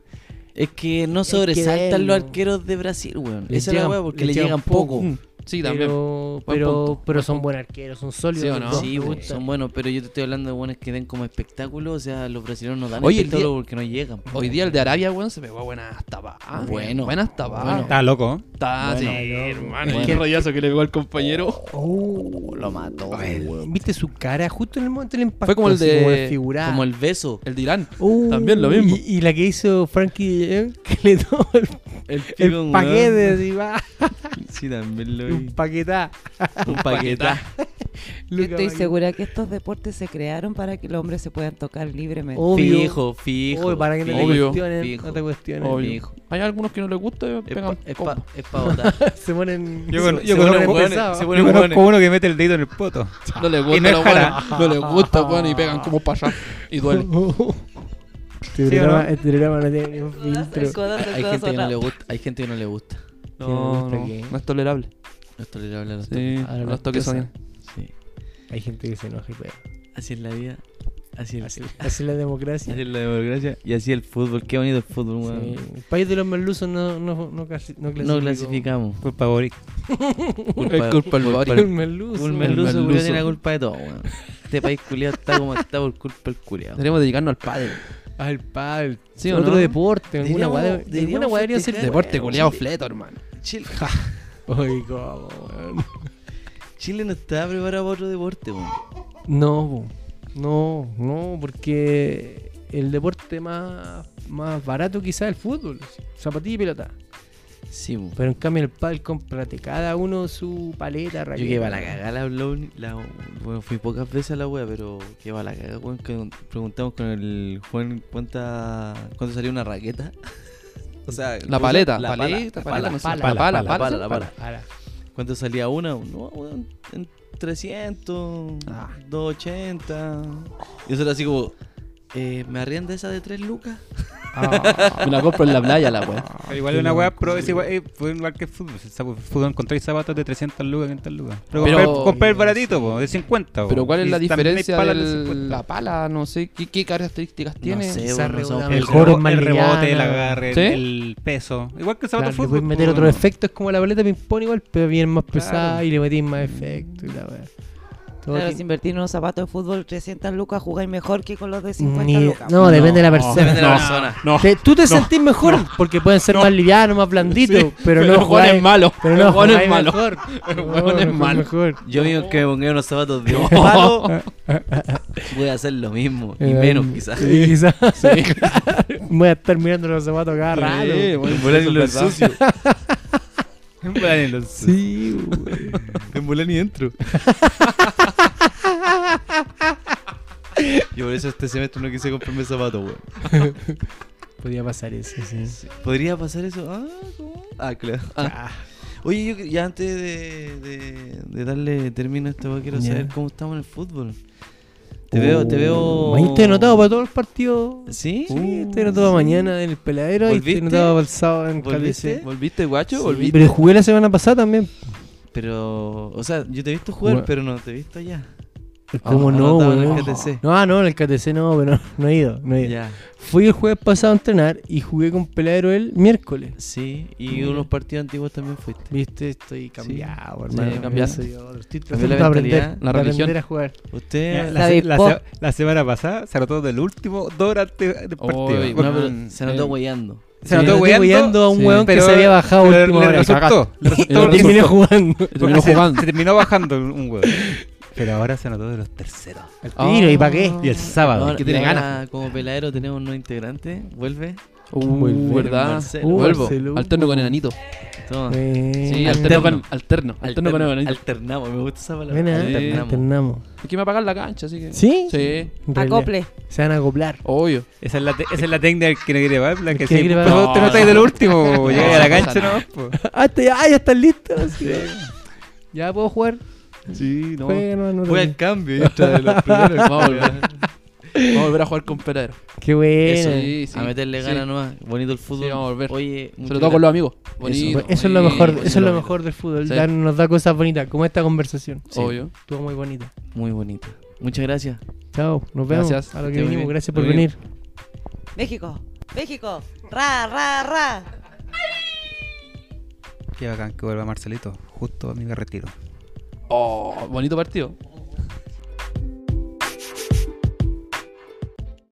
Es que no que sobresaltan verlo. los arqueros de Brasil, weón. Les Esa es la llegan- weá, porque les le llegan llegan poco. Mm, Sí, también. Pero, Buen pero, punto, pero son buenos arqueros, son sólidos. ¿Sí o los no? dos, Sí, me weón, gusta. son buenos, pero yo te estoy hablando de buenos que den como espectáculo. O sea, los brasileños no dan Oye, el espectáculo porque no llegan. po. Hoy día el de Arabia, weón, se pegó a buenas tapadas. Bueno. Buenas tapadas. Bueno. Está loco. Está, Bueno. sí, hermano. Bueno. Qué rollazo que le pegó al compañero. Oh, lo mató, weón. Viste su cara justo en el momento del impacto. Fue como el así de- desfigurada. Como el beso. El de Irán. Oh, También lo mismo. Y, y la que hizo Frankie de León, que le tomó el, El, el pico, weón. paquete, así, va, Sí, también lo un vi. paquetá. Un paquetá. Luca Yo estoy Paquetá. segura que estos deportes se crearon para que los hombres se puedan tocar libremente. Oh, Obvio. Fijo, fijo. Obvio, para que no te Obvio. cuestionen, Fijo. no te cuestionen. Obvio. Fijo. Hay algunos que no les gusta y Es pa- pegan es pa- combo. es pa votar. Se ponen. Yo, se- con- yo se ponen conozco, pesados. se yo conozco uno que mete el dedo en el poto. No les Y no gusta, es los jara. weones. No les gusta, weón, y pegan como para allá. Y duele. Este ¿Sí o programa, no? este programa no tiene ni un Codazo, filtro. codazo, Hay codazo, gente que no no. le gusta. Hay gente que no le gusta. No, gusta no, que- no es tolerable. No es tolerable a los Sí, a no los los toques son. Sí. Hay gente que se enoja y pega. Así es la vida. Así es, Así, así es la democracia. así es la democracia. Y así el fútbol. Qué bonito el fútbol, Sí. weón. El país de los merluzos no, no, no, clasi- no clasificó. No clasificamos. Por favor. Es culpa del El Boric. merluzo. Un merluzo, culiao, tiene la culpa de todo, weón. Este país culiado está como está por culpa del culiado. Deberíamos dedicarnos al padre. Al pal. ¿Sí o Otro no? deporte. Alguna Deberíamos- guada alguna deberíamos guada debería ser festejar. Deporte Bueno, culiado sí. fleto, hermano. Chile, Oye, cómo, weón. Chile no está preparado para otro deporte, weón. No, po. no, no, porque el deporte más, más barato quizás es el fútbol. Zapatilla y pelota. Sí, weón. Pero en cambio en el pal cómprate cada uno su paleta, Yo raqueta. que va la cagada la, Blown- la- Bueno, fui pocas veces a la wea, pero que va la cagada, weón. Que preguntamos con el Juan cuánta, cuánto salió una raqueta. o sea, La paleta. La paleta, Paleta, paleta, no sé. pala, La pala, pala, pala, pala, sí, pala. Ahora, ¿Cuánto salía una? No, weón, en 300, Ah. 280. Y eso era así como, eh, ¿me arrienda esa de 3 lucas? Me la compro en la playa, la weá. igual es una weá, pero es igual, eh, fue igual que el fútbol. El sapo- fútbol encontráis zapatos de 300 lucas, 500 lucas. Pero, Pero- compré, compré el baratito, po, de 50. po. Pero ¿cuál es Y la también hay diferencia palas de de 50. la pala? No sé, ¿qué, qué características tiene? No sé, Esa weón, no reunión somos del El, juego profesionales. es rebote, el rebote, el marliana. agarre, ¿Sí? el peso. Igual que el zapato Claro, de le fútbol. podéis meter pues, po, otros weón. efectos como la paleta ping-pong, igual, pero bien más pesada Claro. y le metís más efectos y la weá. Todo Claro, tiene- si invertir en unos zapatos de fútbol 300 lucas, jugáis mejor que con los de 50 Ni- lucas. no, depende de la No, persona. Depende de la persona. No, Te- tú te sentís mejor porque pueden ser más livianos, más blanditos, pero no Juan jugáis- es malo. Pero no Juan es jugáis malo. mejor. El No, hueón es no, malo. mejor. Yo digo que me ponga unos zapatos de un palo, voy a hacer lo mismo, y Eh, menos quizás. sí, quizás. Voy a estar mirando los zapatos cada rato. Sí, bueno, En volar eso en es lo verdad. sucio. En volar en los- Sí, güey. En volar ni entro. Yo por eso este semestre no quise comprarme zapatos, weón. Podía pasar eso, sí. ¿Podría pasar eso? Ah, ¿cómo? Ah, claro. Ah. Oye, yo que- ya antes de, de- de darle término a esto, quiero Ya. saber cómo estamos en el fútbol. Te veo, te veo. Ahí estoy anotado para todos los partidos. ¿Sí? Sí, estoy anotado mañana en el peladero y estoy ¿Volviste? anotado para el sábado en ¿Volviste? KBC. ¿Volviste, guacho? Sí, ¿Volviste? Pero jugué la semana pasada también. Pero, o sea, yo te he visto jugar, Bueno. pero no te he visto allá. ¿Cómo Ah, no, anotado en el weón? KTC. No, ah, no, en el KTC no, pero no, no he ido. No he ido. Ya. Fui el jueves pasado a entrenar y jugué con peladero el miércoles. Sí, y Mira. unos partidos antiguos también fuiste. Viste, estoy cambiado, Sí, hermano. cambiaste. Yo soy otro. Estoy Cambió la tratando de aprender, mentalidad, la de religión. aprender a jugar. Usted. la, David se- la Pop. se- la semana pasada se anotó del último dólar del partido. Oy, Bueno, No, pero Mm, se eh, notó el- hueando. se anotó estoy hueando, a un sí. weón que se había bajado le- última le hora. resultó. Y Le le resultó resultó. porque terminé jugando. se- Terminó se- jugando. se terminó bajando un huevo. Pero ahora se anotó de los terceros. Ah. Mira, ¿y para qué? Y el sábado. Ahora- que tiene y ahora, ganas. Como peladero tenemos un nuevo integrante. Vuelve. Uh, Vuelve, ¿verdad? Marcelo. Uh, Vuelvo. Marcelo. Alterno con enanito. Toma. Sí, Sí, alterno alterno. con alterno. Alterno con enanito. Alternamos, me gusta esa palabra. Buena, eh. Alternamos. alternamos. Es que me va a pagar la cancha, así que. ¿Sí? Sí, En realidad, Acople. Se van a acoplar. obvio. Esa es la, te- esa es la técnica que no quiere bailar. Que Que sí, quiere por bailar. favor, te No, notáis no. del último. pues, No, Llegáis a la no pasa cancha, nada. ¿no? Pues. Ah, te- ah, ya están listos. Ya puedo jugar. Sí, no. Juega, no, no, Fue no. al cambio y entra de los primeros. Vamos a volver. Vamos a volver a jugar con Pereira. Qué bueno. Sí, sí. A meterle Sí. ganas nomás. Bonito el fútbol. Sí, vamos a volver. Oye, muchas Sobre todo con los amigos. Eso, Bonito, eso es lo bonito, mejor, bonito, eso es lo bonito. mejor del fútbol. Sí. dar- nos da cosas bonitas, como esta conversación. Sí. Obvio. Estuvo muy bonita. gracias. Muy bonito. Muchas gracias. Chao, nos vemos. Gracias. A lo que Esté muy vinimos, bien. gracias Lo por mismo. venir. México. México. Ra, ra, ra. Qué bacán que vuelva Marcelito. Justo a mí me retiro. Oh, bonito partido.